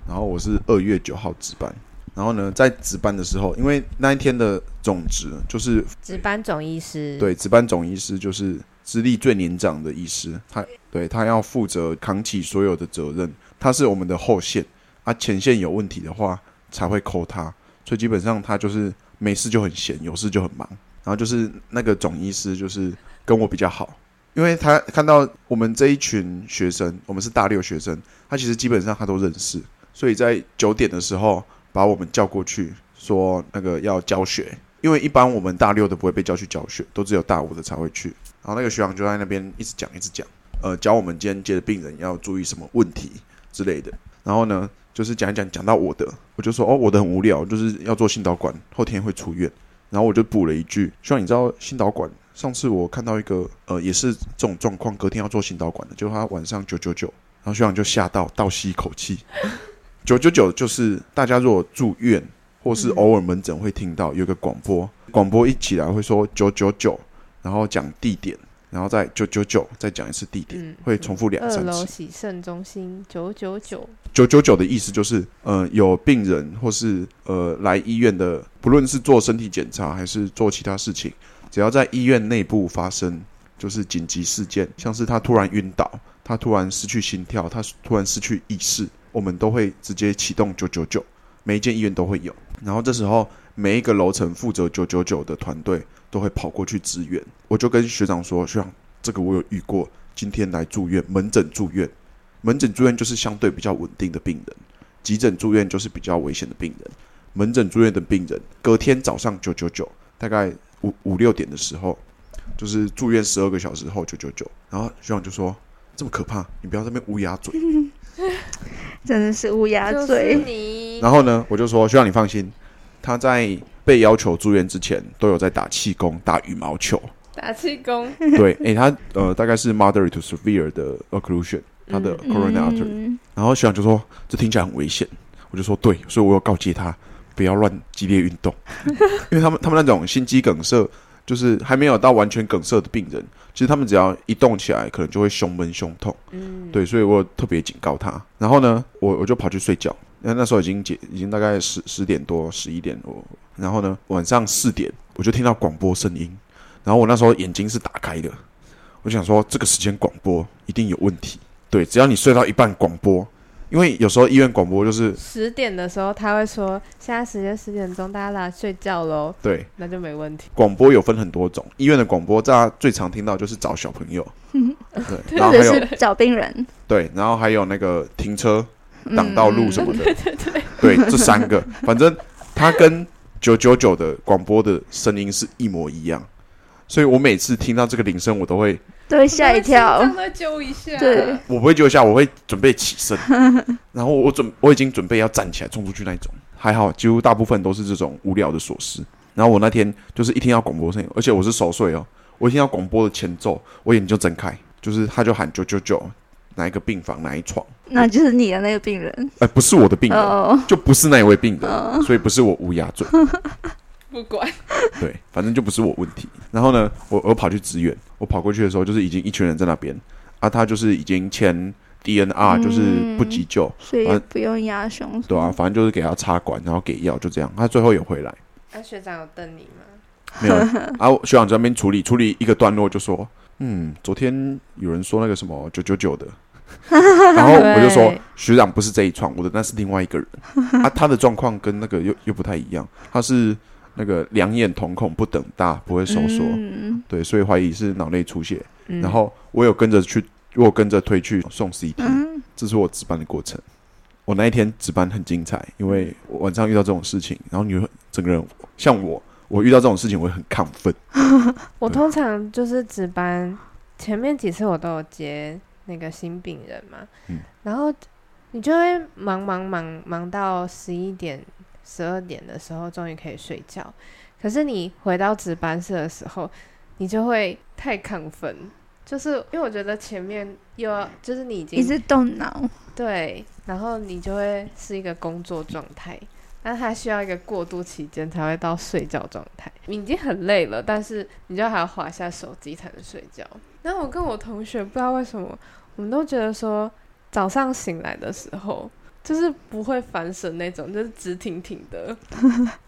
然后我是二月九号值班。然后呢，在值班的时候，因为那一天的总值就是
值班总医师，
对，值班总医师就是资历最年长的医师，他对他要负责扛起所有的责任，他是我们的后线，啊，前线有问题的话才会扣他，所以基本上他就是没事就很闲，有事就很忙。然后就是那个总医师就是跟我比较好，因为他看到我们这一群学生，我们是大六学生，他其实基本上他都认识，所以在九点的时候把我们叫过去，说那个要教学，因为一般我们大六的不会被叫去教学，都只有大五的才会去。然后那个学长就在那边一直讲一直讲，呃，教我们今天接的病人要注意什么问题之类的。然后呢，就是讲一讲讲到我的，我就说哦，我的很无聊，就是要做心导管，后天会出院。然后我就补了一句，希望你知道心导管。上次我看到一个呃，也是这种状况，隔天要做心导管的，就他晚上九九九，然后学长就吓到倒吸一口气。 九九九就是大家如果住院或是偶尔门诊会听到有个广播，广播一起来会说九九九，然后讲地点，然后再九九九，再讲一次地点，
嗯
会重复两
二
三
楼
次。
洗肾中心九九九，
九九九的意思就是，呃，有病人或是呃来医院的，不论是做身体检查还是做其他事情，只要在医院内部发生就是紧急事件，像是他突然晕倒，他突然失去心跳，他突然失去意识，我们都会直接启动九九九，每一间医院都会有。然后这时候每一个楼层负责九九九的团队都会跑过去支援。我就跟学长说，学长，这个我有遇过，今天来住院，门诊住院。门诊住院就是相对比较稳定的病人，急诊住院就是比较危险的病人。门诊住院的病人，隔天早上九九九，大概五五六点的时候，就是住院十二个小时后九九九。然后学长就说：“这么可怕，你不要在那边乌鸦 嘴。
真的是乌鸦
就是
嘴，
你”
然后呢，我就说：“学长，你放心，他在被要求住院之前，都有在打气功、打羽毛球。
打气功，
对，诶、他呃大概是 moderate to severe 的 occlusion，他的
嗯
coronary artery。
嗯，
然后学长就说：“这听起来很危险。”我就说：“对，所以我有告诫他不要乱激烈运动， 因为他们他们那种心肌梗塞，就是还没有到完全梗塞的病人，其实他们只要一动起来，可能就会胸闷胸痛。
嗯，
对，所以我有特别警告他。然后呢，我我就跑去睡觉，那那时候已经解已经大概十十点多十一点我，然后呢晚上四点我就听到广播声音，然后我那时候眼睛是打开的，我就想说这个时间广播一定有问题。对，只要你睡到一半广播，因为有时候医院广播就是
十点的时候他会说，现在时间十点钟，大家来睡觉喽，
对，
那就没问题。
广播有分很多种，医院的广播大家最常听到就是找小朋友，嗯对，然
或
后还
者
有
是找病人，
对，然后还有那个停车
嗯
挡道路什么的，对这三个，反正它跟九九九的广播的声音是一模一样，所以我每次听到这个铃声，我都会
都会吓一 跳
我。都会心脏都揪一下，
对，
我不会救一下，我会准备起身， 然后我准我已经准备要站起来冲出去那一种。还好，几乎大部分都是这种无聊的琐事。然后我那天就是一听到广播声音，而且我是熟睡哦，我一听到广播的前奏，我眼睛就睁开，就是他就喊九九九，哪一个病房哪一床，
那就是你的那个病人
哎、不是我的病人，
哦，
就不是那一位病人，所以不是我乌鸦嘴。
不管，
对，反正就不是我问题。然后呢，我我跑去支援，我跑过去的时候，就是已经一群人在那边啊，他就是已经签 DNR，、就是不急救，
所以
啊
不用压胸。
对啊，，反正就是给他插管，然后给药，就这样。他最后也回来，
那学长有瞪你吗？
没有啊，学长在那边处理处理一个段落，就说，嗯，昨天有人说那个什么九九九的，然后我就说
对，
学长不是这一串，我的那是另外一个人，啊，他的状况跟那个又又不太一样，他是那个两眼瞳孔不等大，不会收缩，
嗯，
对，所以怀疑是脑内出血，
嗯
然后我有跟着去，我有跟着推去送 CT，、
嗯
这是我值班的过程。我那一天值班很精彩，因为
嗯
我晚上遇到这种事情，然后你会整个人像我，我遇到这种事情我会很亢奋。
我通常就是值班，前面几次我都有接那个新病人嘛，
嗯
然后你就会忙忙忙忙到十一点、十二点的时候，终于可以睡觉。可是你回到值班室的时候，你就会太亢奋，就是因为我觉得前面又要就是你已经
一直动脑，
对，然后你就会是一个工作状态，但它需要一个过渡期间才会到睡觉状态。你已经很累了，但是你就还要划下手机才能睡觉。那我跟我同学不知道为什么，我们都觉得说早上醒来的时候。就是不会翻身那种，就是直挺挺的，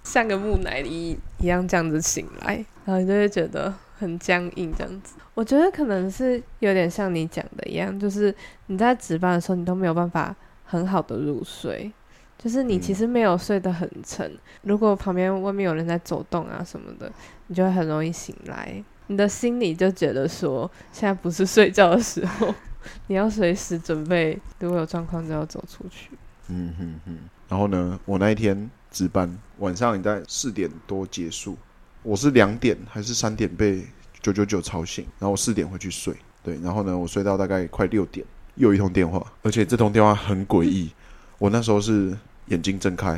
像个木乃伊一样这样子醒来，然后你就会觉得很僵硬这样子。我觉得可能是有点像你讲的一样，就是你在值班的时候，你都没有办法很好的入睡，就是你
嗯
其实没有睡得很沉。如果旁边外面有人在走动啊什么的，你就会很容易醒来。你的心里就觉得说，现在不是睡觉的时候， 你要随时准备，如果有状况就要走出去。
嗯哼哼。然后呢，我那一天值班，晚上你在四点多结束，我是两点还是三点被九九九吵醒，然后我四点回去睡。对，然后呢，我睡到大概快六点，又一通电话，而且这通电话很诡异。
嗯
我那时候是眼睛睁开，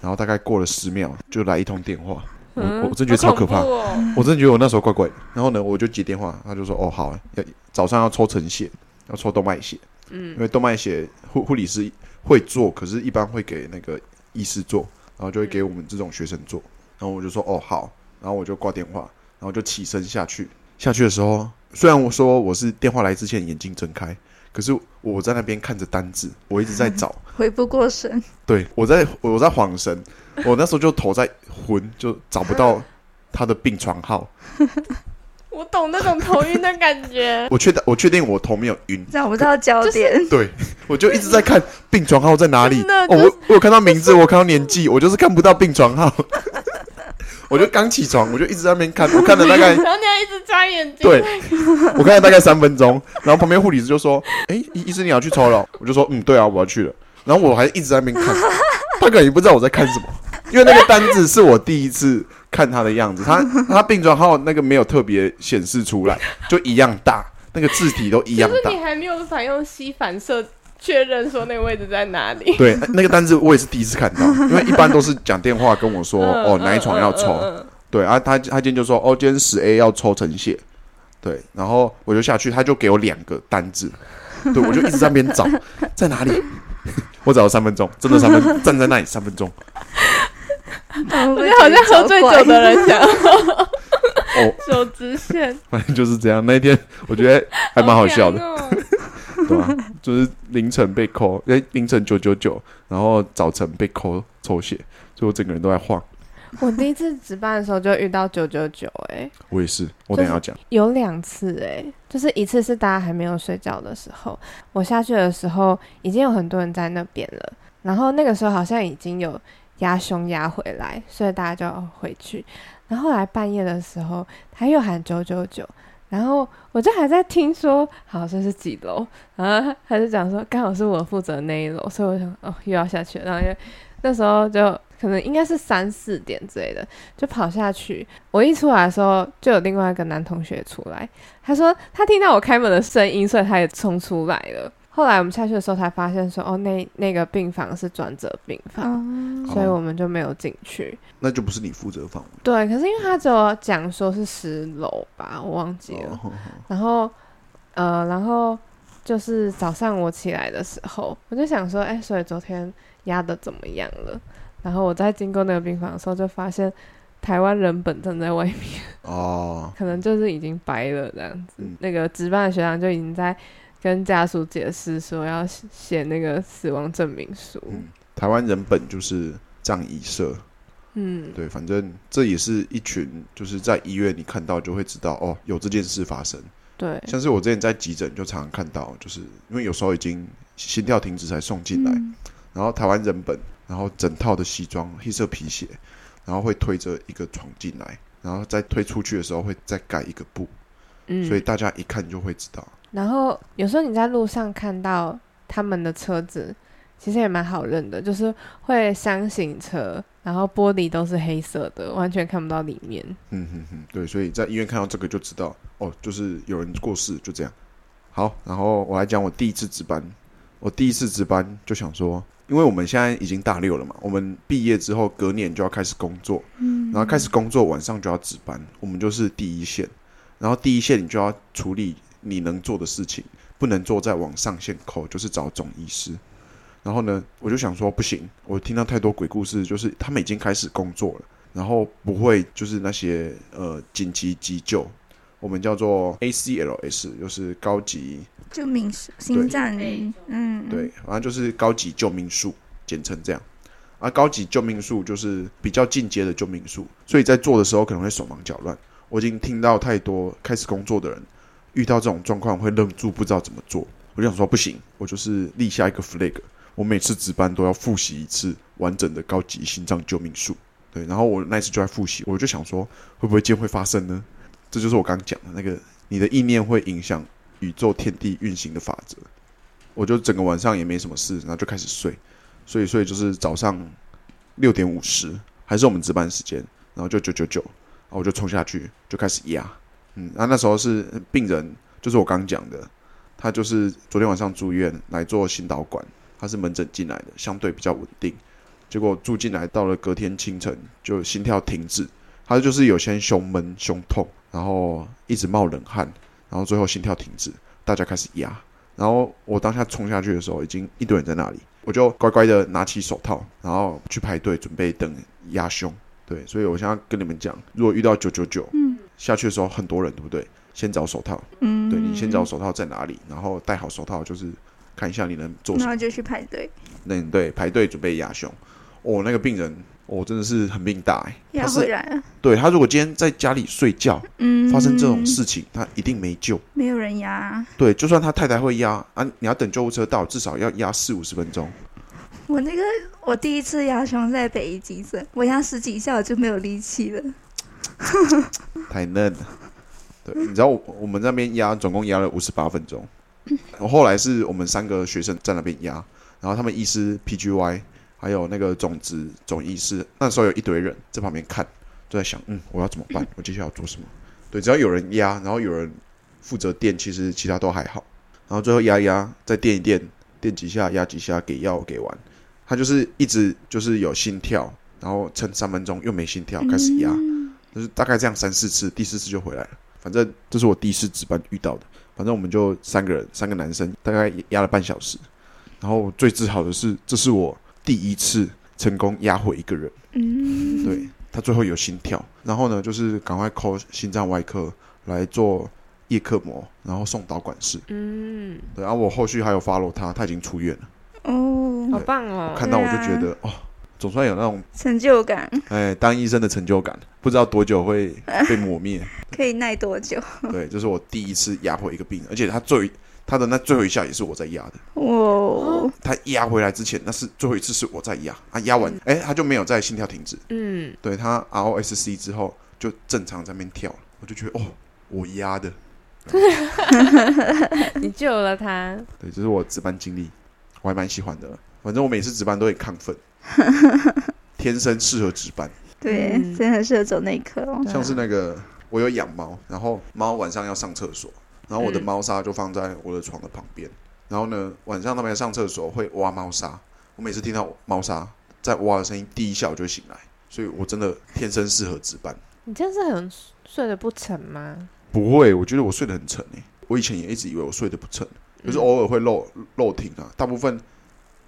然后大概过了十秒就来一通电话，我我真觉得超可怕
好恐怖哦、
我真的觉得我那时候怪怪的。然后呢，我就接电话，他就说：“哦，好啊，要早上要抽晨血，要抽动脉血。嗯，因为动脉血护护理师会做，可是一般会给那个医师做，然后就会给我们这种学生做。然后我就说：哦，好。然后我就挂电话，然后就起身下去。下去的时候，虽然我说我是电话来之前眼睛睁开，可是我在那边看着单子，我一直在找。
回不过神，
对，我在我在晃神，我那时候就头在昏，就找不到他的病床号。。
我懂那种头晕的感觉
我确定，我确定我头没有晕，
找不到焦点，
对 我就一直在 看病床号在哪里。
真的
哦，
就是
我我有看到名字，我有看到年纪，我就是看不到病床号。 我就刚起床，我就一直在那边看，我看了 大概
然后你要一直眨眼睛，
对，我看了大概三分钟，然后旁边护理师就说：“哎、医医生你要去抽 了哦？”我就说：“嗯，对啊，我要去了。”然后我还一直在那边看，他可能也不知道我在看什么，因为那个单子是我第一次看他的样子，他他病床号那个没有特别显示出来，就一样大，那个字体都一样
就是
大
你。还没有反用吸反射确认说那个位置在哪里。
对，那个单子我也是第一次看到，因为一般都是讲电话跟我说，
嗯
哦，哪一床要抽，
嗯嗯嗯
对啊，他他今天就说，哦，今天十 A 要抽成血，对，然后我就下去，他就给我两个单子，对我就一直在那边找，在哪里？ 我找了三分钟，真的三分，站在那里三分钟，
我觉
我
得好像喝醉酒的人想要
哦，
手直线，
反正就是这样。那一天我觉得还蛮好笑的，
强哦。
对吧、就是凌晨被扣，哎，凌晨九九九，然后早晨被扣抽血，所以我整个人都在晃。
我第一次值班的时候就遇到九九九，哎，
我也是，我等一下要讲。
有两次哎、就是一次是大家还没有睡觉的时候，我下去的时候已经有很多人在那边了，然后那个时候好像已经有压胸压回来，所以大家就要回去。然后后来半夜的时候，他又喊九九九，然后我就还在听说，好这是几楼，然后他就讲说刚好是我负责那一楼，所以我想哦又要下去了，然后因为那时候就可能应该是三四点之类的，就跑下去，我一出来的时候，就有另外一个男同学出来，他说他听到我开门的声音，所以他也冲出来了。后来我们下去的时候才发现说，哦，那那个病房是转折病房，
哦，
所以我们就没有进去。
那就不是你负责范围。
对，可是因为他只有讲说是十楼吧，我忘记了。
哦
然后，呃，然后就是早上我起来的时候，我就想说，哎，所以昨天压的怎么样了？然后我在经过那个病房的时候，就发现台湾人本站在外面。
哦，
可能就是已经掰了这样子。
嗯
那个值班的学长就已经在跟家属解释说要写
嗯
写那个死亡证明书。
嗯台湾人本就是葬仪社，
嗯，
对，反正这也是一群，就是在医院你看到就会知道哦，有这件事发生。
对，
像是我之前在急诊就常常看到，就是因为有时候已经心跳停止才送进来，
嗯
然后台湾人本，然后整套的西装、黑色皮鞋，然后会推着一个床进来，然后再推出去的时候会再盖一个布，
嗯，
所以大家一看就会知道。
然后有时候你在路上看到他们的车子，其实也蛮好认的，就是会箱型车，然后玻璃都是黑色的，完全看不到里面。
嗯哼哼，对，所以在医院看到这个就知道，哦，就是有人过世，就这样。好，然后我来讲我第一次值班，我第一次值班就想说，因为我们现在已经大六了嘛，我们毕业之后隔年就要开始工作，
嗯
然后开始工作晚上就要值班，我们就是第一线，然后第一线你就要处理你能做的事情，不能做再往上线扣，就是找总医师。然后呢，我就想说不行，我听到太多鬼故事，就是他们已经开始工作了，然后不会就是那些呃紧急急救，我们叫做 ACLS，就是高级
救命术心脏，嗯，
对，反正就是高级救命术，简称这样。啊，高级救命术就是比较进阶的救命术，所以在做的时候可能会手忙脚乱。我已经听到太多开始工作的人遇到这种状况会愣住，不知道怎么做。我就想说，不行，我就是立下一个 flag，我每次值班都要复习一次完整的高级心脏救命术。对，然后我那一次就在复习，我就想说，会不会今天会发生呢？这就是我刚讲的那个，你的意念会影响宇宙天地运行的法则。我就整个晚上也没什么事，然后就开始睡，所以所以就是早上六点五十还是我们值班时间，然后就九九九，然后我就冲下去就开始压，嗯，那那时候是病人，就是我刚讲的，他就是昨天晚上住院来做心导管，他是门诊进来的，相对比较稳定，结果住进来到了隔天清晨就心跳停止，他就是有先胸闷胸痛，然后一直冒冷汗，然后最后心跳停止，大家开始压。然后我当下冲下去的时候，已经一堆人在那里，我就乖乖的拿起手套，然后去排队准备等压胸。对，所以我现在跟你们讲，如果遇到九九九，嗯，下去的时候很多人，对不对？先找手套，
嗯，
对你先找手套在哪里，然后戴好手套，就是看一下你能做什
然
么。
后就去排队，
那你对排队准备压胸，哦，那个病人，哦，真的是很命大哎、
要
他
回
是
来了，
对他如果今天在家里睡觉，
嗯，
发生这种，事情，他一定没救。
没有人压，
对，就算他太太会压啊，你要等救护车到，至少要压四五十分钟。
我那个我第一次压胸在北医急诊，我压十几下我就没有力气了，
太嫩了。对，你知道我我们那边压总共压了五十八分钟，我后来是我们三个学生在那边压，然后他们医师 PGY 还有那个总职总医师，那时候有一堆人在旁边看，就在想，嗯，我要怎么办？我接下来要做什么？对，只要有人压，然后有人负责垫，其实其他都还好。然后最后压一压，再垫一垫，垫几下，压几下，给药给完，他就是一直就是有心跳，然后撑三分钟又没心跳，开始压。就是大概这样三四次，第四次就回来了。反正这是我第一次值班遇到的。反正我们就三个人，三个男生，大概压了半小时。然后最自豪的是，这是我第一次成功压回一个人。
嗯，
对他最后有心跳，然后呢，就是赶快 call 心脏外科来做叶克膜，然后送导管室。
嗯，
对，然后我后续还有 follow 他，他已经出院了。
好
哦，
棒哦！
看到我就觉得、哦，总算有那种
成就感
哎当医生的成就感，不知道多久会被磨灭。
可以耐多久？
对，这是我第一次压迫一个病人，而且他最他的那最后一下也是我在压的。
哦，
他压回来之前，那是最后一次是我在压，他压完，哎、他就没有再心跳停止。
嗯，
对他 ROSC 之后就正常在那边跳了，我就觉得哦，我压的。
你救了他，
对，这是我值班经历，我还蛮喜欢的。反正我每次值班都很亢奋，天生适合值班。
对，
嗯
真的很适合走内科哦，
像是那个我有养猫，然后猫晚上要上厕所，然后我的
嗯
猫砂就放在我的床的旁边，然后呢晚上他们要上厕所会挖猫砂，我每次听到猫砂在挖的声音，第一下我就会醒来，所以我真的天生适合值班。
你这样是很睡得不沉吗？
不会，我觉得我睡得很沉诶、我以前也一直以为我睡得不沉，
嗯
就是偶尔会漏漏停啊，大部分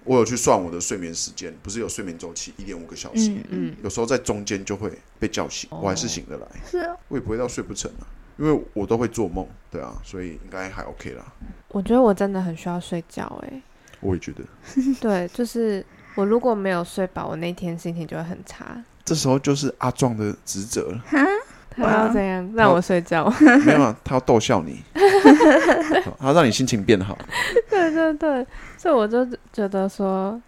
我有去算我的睡眠时间，不是有睡眠周期一点五个小时，
嗯嗯，
嗯，哦
有时候在中间就会被叫醒，我还是醒得来。
是
我也不会到睡不成啊，因为我都会做梦，对啊，所以应该还 OK 啦。
我觉得我真的很需要睡觉哎。
我也觉得
嗯对，就是我如果没有睡饱，我那天心情就会很差。
这时候就是阿壮的职责 了，
他要怎样让我睡觉？
没有、啊，他要逗 笑你，他让你心情变好。
对对对，所以我就觉得说，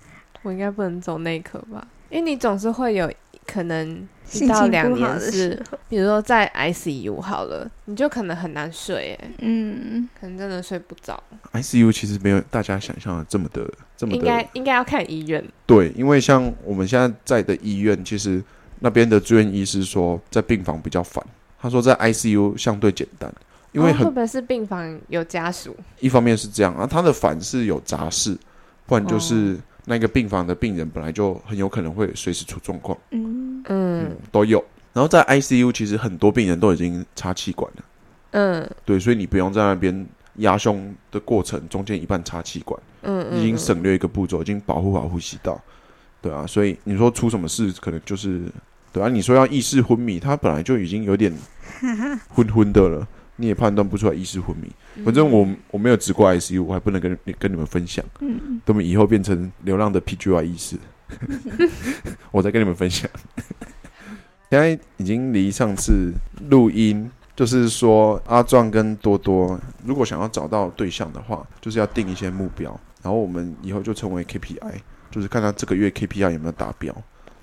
我应该不能走那一刻吧，因为你总是会有可能一
心
到
情
两
不好
年
的
是
时候，
比如说在 ICU 好了，你就可能很难睡，哎，
嗯，
可能真的睡不着。
ICU 其实没有大家想象的这么的这么
应该
的
应该要看医院，
对，因为像我们现在在的医院，其实那边的住院医师说，在病房比较烦，他说在 ICU 相对简单，因为
哦
很、
会不会是病房有家属？
一方面是这样啊，他的烦是有杂事，不
哦
然就是那个病房的病人本来就很有可能会随时出状况，
嗯，
嗯
都有。然后在 ICU 其实很多病人都已经插气管了，
嗯
对，所以你不用在那边压胸的过程中间一半插气管。
嗯嗯，
已经省略一个步骤，已经保护好呼吸道，对啊，所以你说出什么事，可能就是对啊，你说要意识昏迷，他本来就已经 有点昏昏的了，你也判断不出来意识昏迷。
嗯
反正我我没有值过 ICU，我还不能跟你跟你们分享，
嗯，
等我们以后变成流浪的 PGY 医师， 我再跟你们分享。现在已经离上次录音，就是说阿壮跟多多，如果想要找到对象的话，就是要定一些目标，然后我们以后就称为 KPI，就是看他这个月 KPI 有没有达标。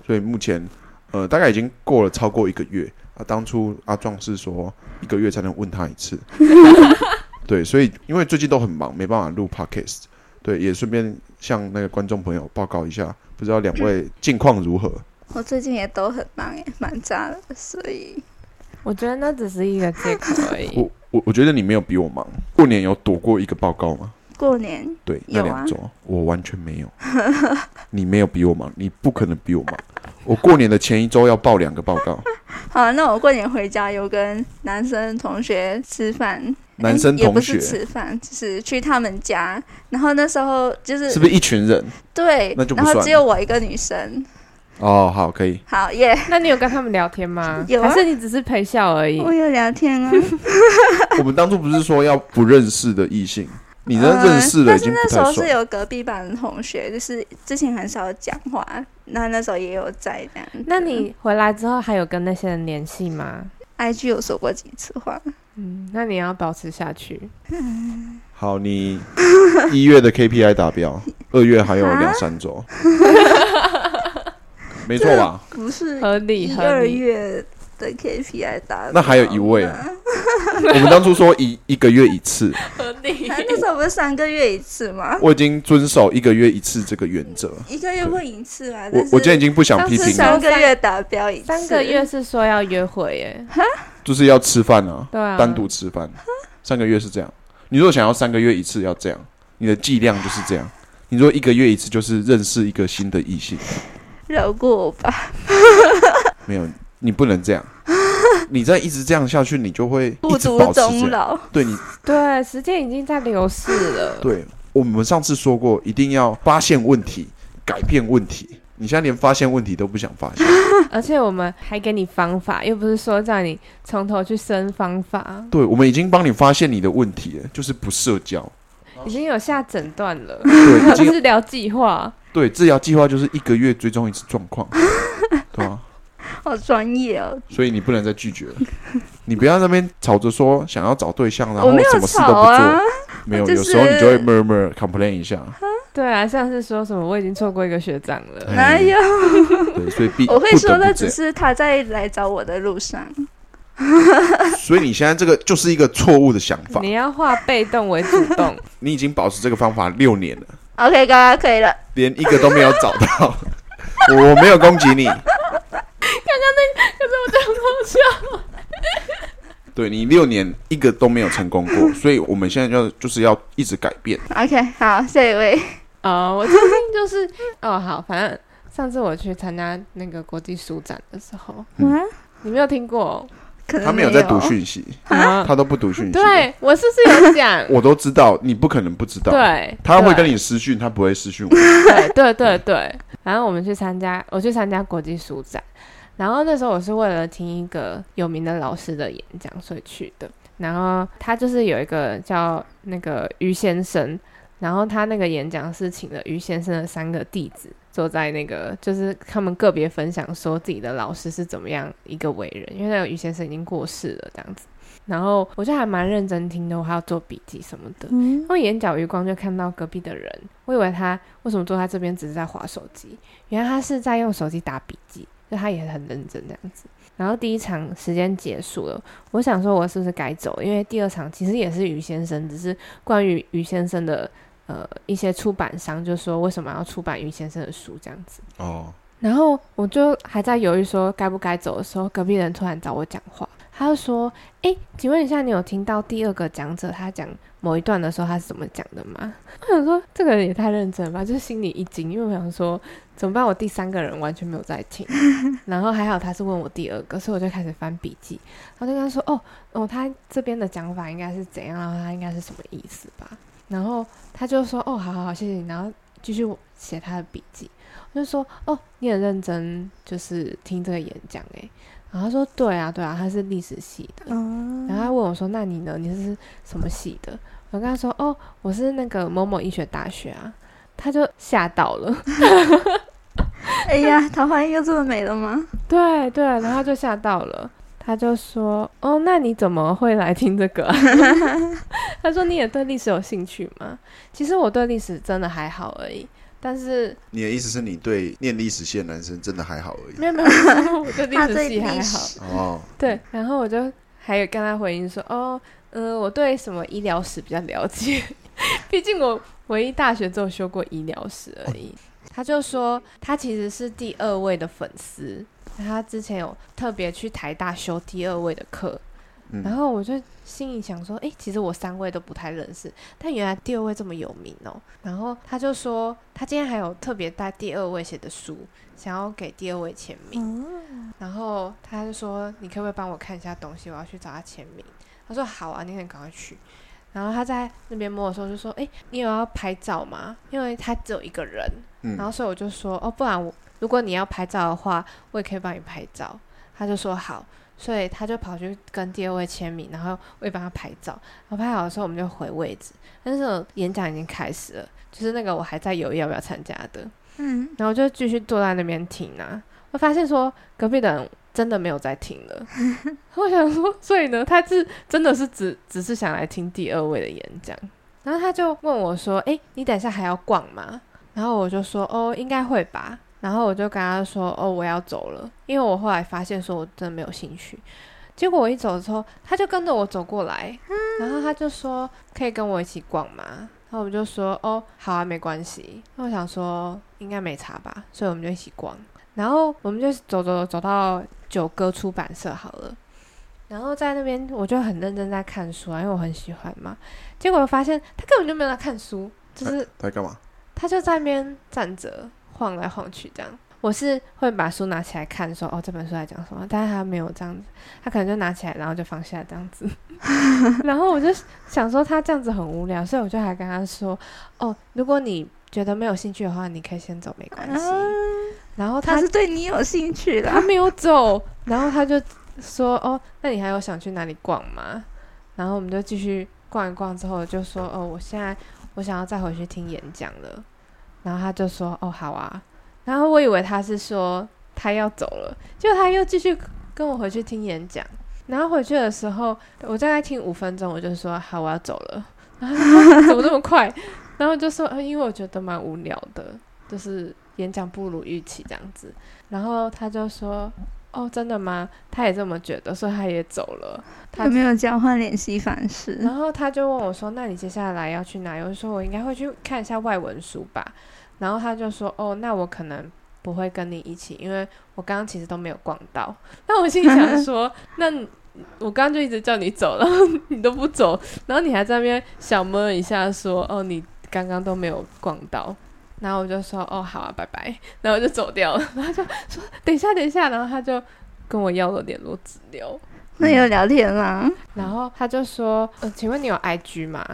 所以目前，呃，大概已经过了超过一个月。啊，当初阿壮是说一个月才能问他一次， 对，所以因为最近都很忙，没办法录 podcast，对，也顺便向那个观众朋友报告一下，不知道两位近况如何？
我最近也都很忙耶，蛮渣的，所以
我觉得那只是一个借口而
嗯
已。
我我我觉得你没有比我忙。过年有躲过一个报告吗？
过年
对，那
有
两
啊
周、我完全没有。你没有比我忙，你不可能比我忙。我过年的前一周要报两个报告，
好，那我过年回家有跟男生同学吃饭，嗯
男生
诶也不
同学
是吃饭，就是去他们家，然后那时候就是
是不是一群人？
对
那就，不
然后
算
只有我一个女生，
哦，好，可以。
好耶
那你有跟他们聊天吗？
有啊
还是你只是陪笑而已？
我有聊天啊，
我们当初不是说要不认识的异性，你那
嗯
认识了
但
已经
是那
不
时候
太
是
算。
有隔壁班的同学，就是之前很少讲话，那那时候也有在这样。
那你回来之后还有跟那些人联系吗？
IG 有说过几次话？
嗯，那你要保持下去。
好，你一月的 KPI 达 标，二月还有
啊
两三周，没错吧？
不是
合理
一
合
二
理
月的 KPI 达，
那还有一位啊，我们当初说一一个月一次，
合理
那那时候不是三个月一次吗？
我已经遵守一个月一次这个原则。
一个月会一次嘛？
我
但是
我今天已经不想批
但
评啊
是
了，
三个月达标一次，
三个月是说要约会耶，
就是要吃饭啊，
对啊，
单独吃饭。三个月是这样，你如果想要三个月一次，要这样，你的剂量就是这样。你如果一个月一次，就是认识一个新的异性，
饶过我吧，
没有，你不能这样。你再一直这样下去，你就会一
不
直
足
保持
终
这样。
老。
对你
对，啊时间已经在流逝 了。
对，我们上次说过，一定要发现问题，改变问题。你现在连发现问题都不想发现，
而且我们还给你方法，又不是说叫你从头去生方法，
对我们已经帮你发现你的问题了，就是不社交。
已经有下诊断了，
哦 对，已 经
治疗计划。
对治疗计划就是一个月追踪一次状况，对吧？
好专业哦！
所以你不能再拒绝了，你不要在那边吵着说想要找对象，然
我
后
没
什
有
么事
吵
都不
啊
做，，没有，
就
有时候你
是
就会 murmur complain 一下，
对啊，像是说什么我已经错过一个学长
哎
了，
哪有？
对，所以必
我会
不得
说
不
那
这
只
样
是他在来找我的路上。
所以你现在这个就是一个错误的想 法，
你要化被动为主 动。
你已经保持这个方法六年了。
OK，刚刚可以了。
连一个都没有找到。 我没有攻击你，对你六年一个都没有成功过，所以我们现在要就是要一直改变。
OK，好，下一位。
哦，我最近就是哦，好，反正上次我去参加那个国际书展的时候，
嗯
啊，
你没有听过？
可能
他没
没
有在读讯息，
啊，
他都不读讯息。，？
对我是不是有讲
我都知道，你不可能不知道。，
对，
他会跟
你
你私讯，他不会私讯我。
对对对对，反正我们去参加，我去参加国际书展，然后那时候我是为了听一个有名的老师的演讲所以去的，然后他就是有一个叫那个于先生，然后他那个演讲是请了于先生的三个弟子坐在那个，就是他们个别分享说自己的老师是怎么样一个伟人，因为那个于先生已经过世了这样子。然后我就还蛮认真听的，我还要做笔记什么的。
嗯
我眼角余光就看到隔壁的人，我以为他为什么坐在这边只是在划手机，原来他是在用手机打笔记，就他也很认真这样子。然后第一场时间结束了，我想说我是不是该走，因为第二场其实也是于先生，只是关于于先生的呃一些出版商就说为什么要出版于先生的书这样子。
哦，
然后我就还在犹豫说该不该走的时候，隔壁人突然找我讲话，他就说：“诶，请问一下，你有听到第二个讲者他讲某一段的时候他是怎么讲的吗？” 我想说这个人也太认真了吧，就是心里一惊，因为我想说怎么办，我第三个人完全没有在听，然后还好他是问我第二个，所以我就开始翻笔记，然后就跟他说：“哦哦，他这边的讲法应该是怎样，然后他应该是什么意思吧？”然后他就说：“哦，好好好，谢谢你。”然后继续写他的笔记。我就说哦，你很认真，就是听这个演讲诶。然后他说对啊对啊，他是历史系的。
哦
然
啊
后他问我说那你呢？你是什么系的？我跟他说哦，我是那个某某医学大学啊。他就吓到了，
哎呀，桃花又这么美了吗？
对对，然后他就吓到了，他就说哦，那你怎么会来听这个、啊？ 他说你也对历史有兴趣吗？其实我对历史真的还好而已，但是
你的意思是你对念历史系的男生真的还好而已？
没有 没有，没有我对历
他
史
对
系还
历
好。
史，
哦，
对，然后我就还有跟他回应说，哦，嗯、我对什么医疗史比较了解， 毕竟我唯一大学只有修过医疗史而已。他就说，他其实是第二位的粉丝，他之前有特别去台大修第二位的课，
嗯
然后我就心里想说，诶，其实我三位都不太认识，但原来第二位这么有名哦。然后他就说，他今天还有特别带第二位写的书，想要给第二位签名。
嗯
然后他就说：“你可不可以帮我看一下东西？我要去找他签名。”他说：“好啊，你很赶快去。”然后他在那边摸的时候就说：“诶，你有要拍照吗？因为他只有一个人。”然后
嗯，
所以我就说：“哦，不然我如果你要拍照的话，我也可以帮你拍照。”他就说：“好。”所以他就跑去跟第二位签名，然后我也帮他拍照。然后拍好的时候，我们就回位置。但是我演讲已经开始了，就是那个我还在犹豫要不要参加的。
嗯，
然后就继续坐在那边听啊。我发现说隔壁的人真的没有在听了，我想说，所以呢，他是真的是只只是想来听第二位的演讲。然后他就问我说：“诶，你等一下还要逛吗？”然后我就说：“哦，应该会吧。”然后我就跟他说：“哦，我要走了，因为我后来发现说我真的没有兴趣。”结果我一走之后，他就跟着我走过来，然后他就说：“可以跟我一起逛吗？”然后我就说：“哦，好啊，没关系。”那我想说应该没差吧，所以我们就一起逛。然后我们就走走走走到九歌出版社好了。然后在那边我就很认真在看书啊，因为我很喜欢嘛。结果我发现他根本就没有在看书，就是
他在干嘛？
他就在那边站着晃来晃去这样。我是会把书拿起来看说哦这本书在讲什么，但是他没有这样子，他可能就拿起来然后就放下这样子。 然后我就想说他这样子很无聊，所以我就还跟他说哦，如果你觉得没有兴趣的话，你可以先走没关系。然后他
他是对你有兴趣
他
啦。
没有走，然后他就说：“哦，那你还有想去哪里逛吗？”然后我们就继续逛一逛，之后就说：“哦，我现在我想要再回去听演讲了。”然后他就说：“哦，好啊。”然后我以为他是说他要走了，结果他又继续跟我回去听演讲。然后回去的时候，我大概听五分钟，我就说：“好，我要走了。” 然后他说怎么那么快？然后就说：“呃因为我觉得蛮无聊的，就是演讲不如预期这样子。”然后他就说：“哦，真的吗？”他也这么觉得，所以他也走了。他
有没有交换联系方式？
然后他就问我说：“那你接下来要去哪里？”我就说：“我应该会去看一下外文书吧。”然后他就说：“哦，那我可能不会跟你一起，因为我刚刚其实都没有逛到。”那我心里想说：“那你我刚刚就一直叫你走，然后你都不走，然后你还在那边小摸一下说：‘哦，你刚刚都没有逛到。’”然后我就说：“哦，好啊，拜拜。”然后我就走掉了。 然后他就说：“等一下，等一下。”然后他就跟我要了联络资料。
那有聊天吗？
然后他就说：“呃，请问你有 IG 吗？”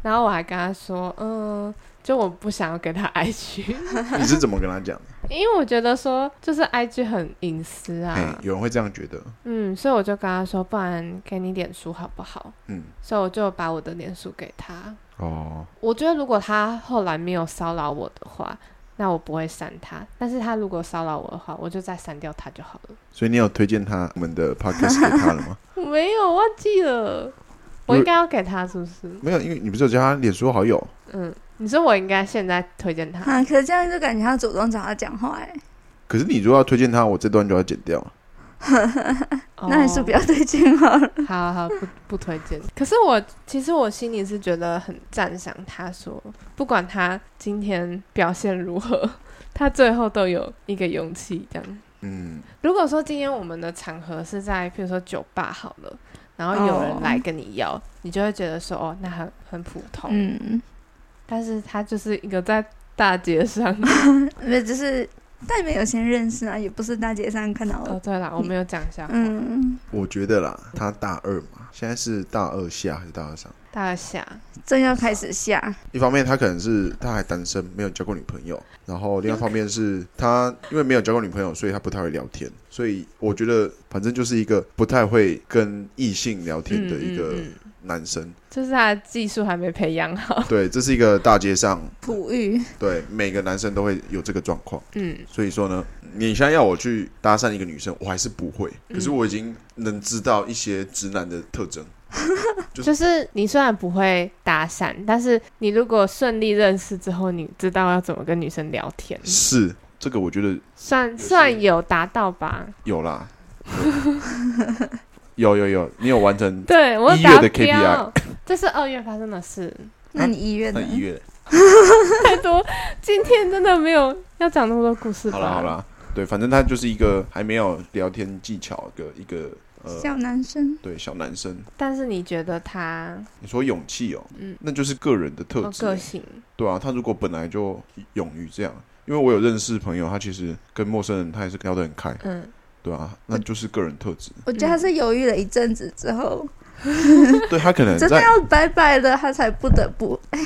然后我还跟他说：“嗯，就我不想要给他 IG，
你是怎么跟他讲的？
因为我觉得说就是 IG 很隐私
哎
啊，，
有人会这样觉得，
嗯，所以我就跟他说，不然给你脸书好不好？
嗯，
所以我就把我的脸书给他。
哦，
我觉得如果他后来没有骚扰我的话，那我不会删他。但是他如果骚扰我的话，我就再删掉他就好了。
所以你有推荐他我们的 podcast 给他了 吗？
没有，忘记了，我应该要给他是不是？
没有，因为你不是有加他脸书好友？
嗯，你说我应该现在推荐他？
啊，可是这样就感觉他主动找他讲话哎、
可是你如果要推荐他，我这段就要剪掉。
那还是
哦
不要推荐 好了。
好好不不推荐。可是我其实我心里是觉得很赞赏他说，不管他今天表现如何， 他最后都有一个勇气这样。
嗯，
如果说今天我们的场合是在譬如说酒吧好了，然后有人来跟你要你就会觉得说哦，那很很普通。
嗯，
但是他就是一个在大街 上，
没有，就是但你们有先认识啊，也不是大街上看到
哦
的。
对啦，我没有讲一下，嗯，
嗯，
我觉得啦，他大二嘛，现在是大二下还是大二上？
大侠，
正要开始下，
一方面他可能是他还单身，没有交过女朋友，然后另外一方面是他因为没有交过女朋友，所以他不太会聊天，所以我觉得反正就是一个不太会跟异性聊天的一个
嗯嗯嗯
男生。
就是他的技术还没培养好，
对，这是一个大街上，
璞玉，
对每个男生都会有这个状况。
嗯，
所以说呢，你现在要我去搭讪一个女生，我还是不会，
嗯
可是我已经能知道一些直男的特征。
就是你虽然不会搭讪，但是你如果顺利认识之后，你知道要怎么跟女生聊天，
是这个，我觉得
算算有达到吧？
有啦， 有有有，你有完成
对我
一
达
月的 KPI
标，这是二月发生的事，
那你一月呢
那？一月。
太多。今天真的没有要讲那么多故事吧？
好啦好啦，对，反正他就是一个还没有聊天技巧的一个呃，
小男生，
对小男生。
但是你觉得他
你说勇气哦，
嗯
那就是个人的特
哦
质，
个性，
对啊，他如果本来就勇于这样，因为我有认识朋友，他其实跟陌生人他也是聊得很开，
嗯，
对啊，那就是个人特质。
我觉得他是犹豫了一阵子之后，
对他可能
真的
在
要拜拜了，他才不得不，哎，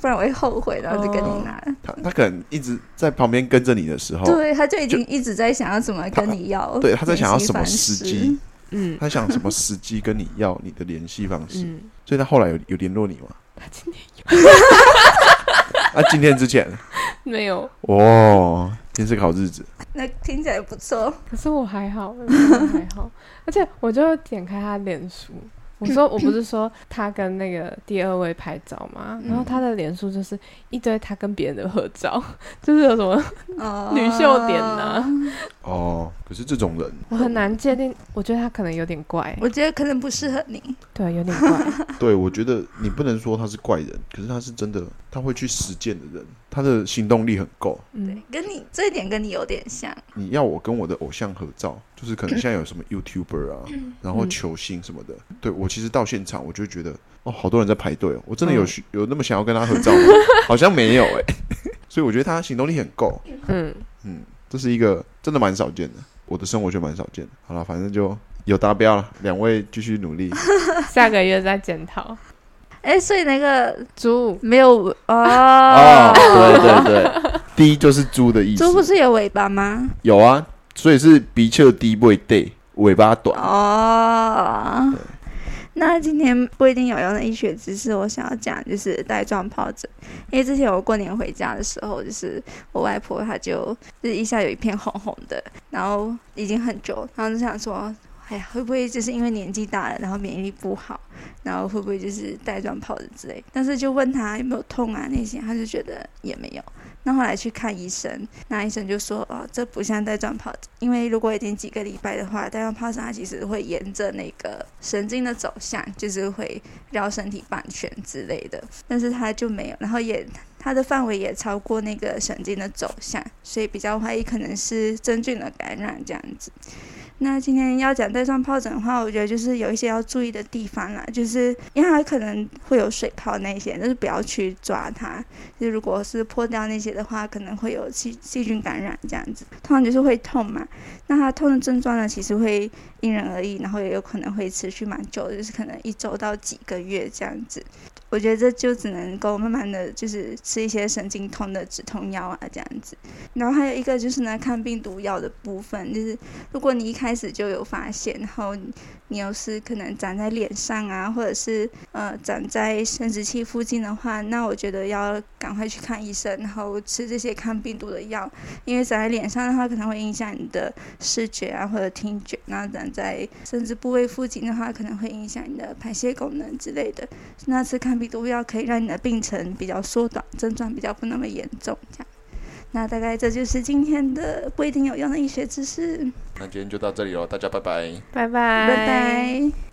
不然我会后悔，然后就跟你拿。
他他可能一直在旁边跟着你的时候，
对，他就已经一直在想要怎么跟你要，
对哦他在想要
联系
什么
方
时
式
机，
嗯
他想什么时机跟你要你的联系方式，
嗯，
所以他后来有有联络你吗？
他今天
啊，今天之前，
没有，
哦，今天是个好日子，
那听起来不错。
可是我还好，我真的还好， 而且我就点开他脸书，我说我不是说他跟那个第二位拍照嘛，然后他的脸书就是一堆他跟别人的合照， 就是有什么
哦
女秀点啊呐、
嗯哦，可是这种人，
我很难界定，我觉得他可能有点怪，
我觉得可能不适合你。
对，啊有点怪，
对，我觉得你不能说他是怪人，可是他是真的，他会去实践的人，他的行动力很够。
嗯，
跟你这一点跟你有点像，
你要我跟我的偶像合照，就是可能现在有什么 YouTuber 啊，然后球星什么的，对我其实到现场我就觉得，哦，好多人在排队哦，我真的有、需有那么想要跟他合照吗？ 好像没有哎、 所以我觉得他行动力很够，
嗯，
嗯，这是一个真的蛮少见的，我的生活圈蛮少见的。好了，反正就有达标了，两位继续努力。
下个月再检讨。
哎，所以那个
猪，
没有
哦，
哦，
对对对，低就是猪的意思
猪，不是有尾巴吗？
有啊，所以是鼻丘低不会对，尾巴短。
哦，那今天不一定有用的医学知识，我想要讲就是带状疱疹，因为之前我过年回家的时候，就是呃我外婆她就就是腋下有一片红红的，然后已经很久，然后就想说。哎呀，会不会就是因为年纪大了，然后免疫力不好，然后会不会就是带状疱疹之类？但是就问她有没有痛啊那些，她就觉得也没有。那后来去看医生，那医生就说：“哦，这不像带状疱疹，因为如果已经几个礼拜的话，带状疱疹它其实会沿着那个神经的走向，就是会绕身体半圈之类的。但是它就没有，然后也它的范围也超过那个神经的走向，所以比较怀疑可能是真菌的感染这样子。”那今天要讲带状疱疹的话，我觉得就是有一些要注意的地方啦，就是嗯因为它可能会有水泡那一些，但是不要去抓它，就如果是破掉那些的话，可能会有细细菌感染这样子。通常就是会痛嘛，那它痛的症状呢，其实会因人而异，然后也有可能会持续蛮久的，就是可能一周到几个月这样子。我觉得这就只能够慢慢的就是吃一些神经痛的止痛药啊，这样子。然后还有一个就是呢，看病毒药的部分，就是如果你一开开始就有发现，然后你要是可能长在脸上啊，或者是呃长在生殖器附近的话，那我觉得要赶快去看医生，然后吃这些抗病毒的药，因为长在脸上的话可能会影响你的视觉啊或者听觉，那长在生殖部位附近的话可能会影响你的排泄功能之类的。那吃抗病毒药可以让你的病程比较缩短，症状比较不那么严重，这样。那大概这就是今天的不一定有用的医学知识，
那今天就到这里喽，大家拜拜。
拜拜，
拜拜。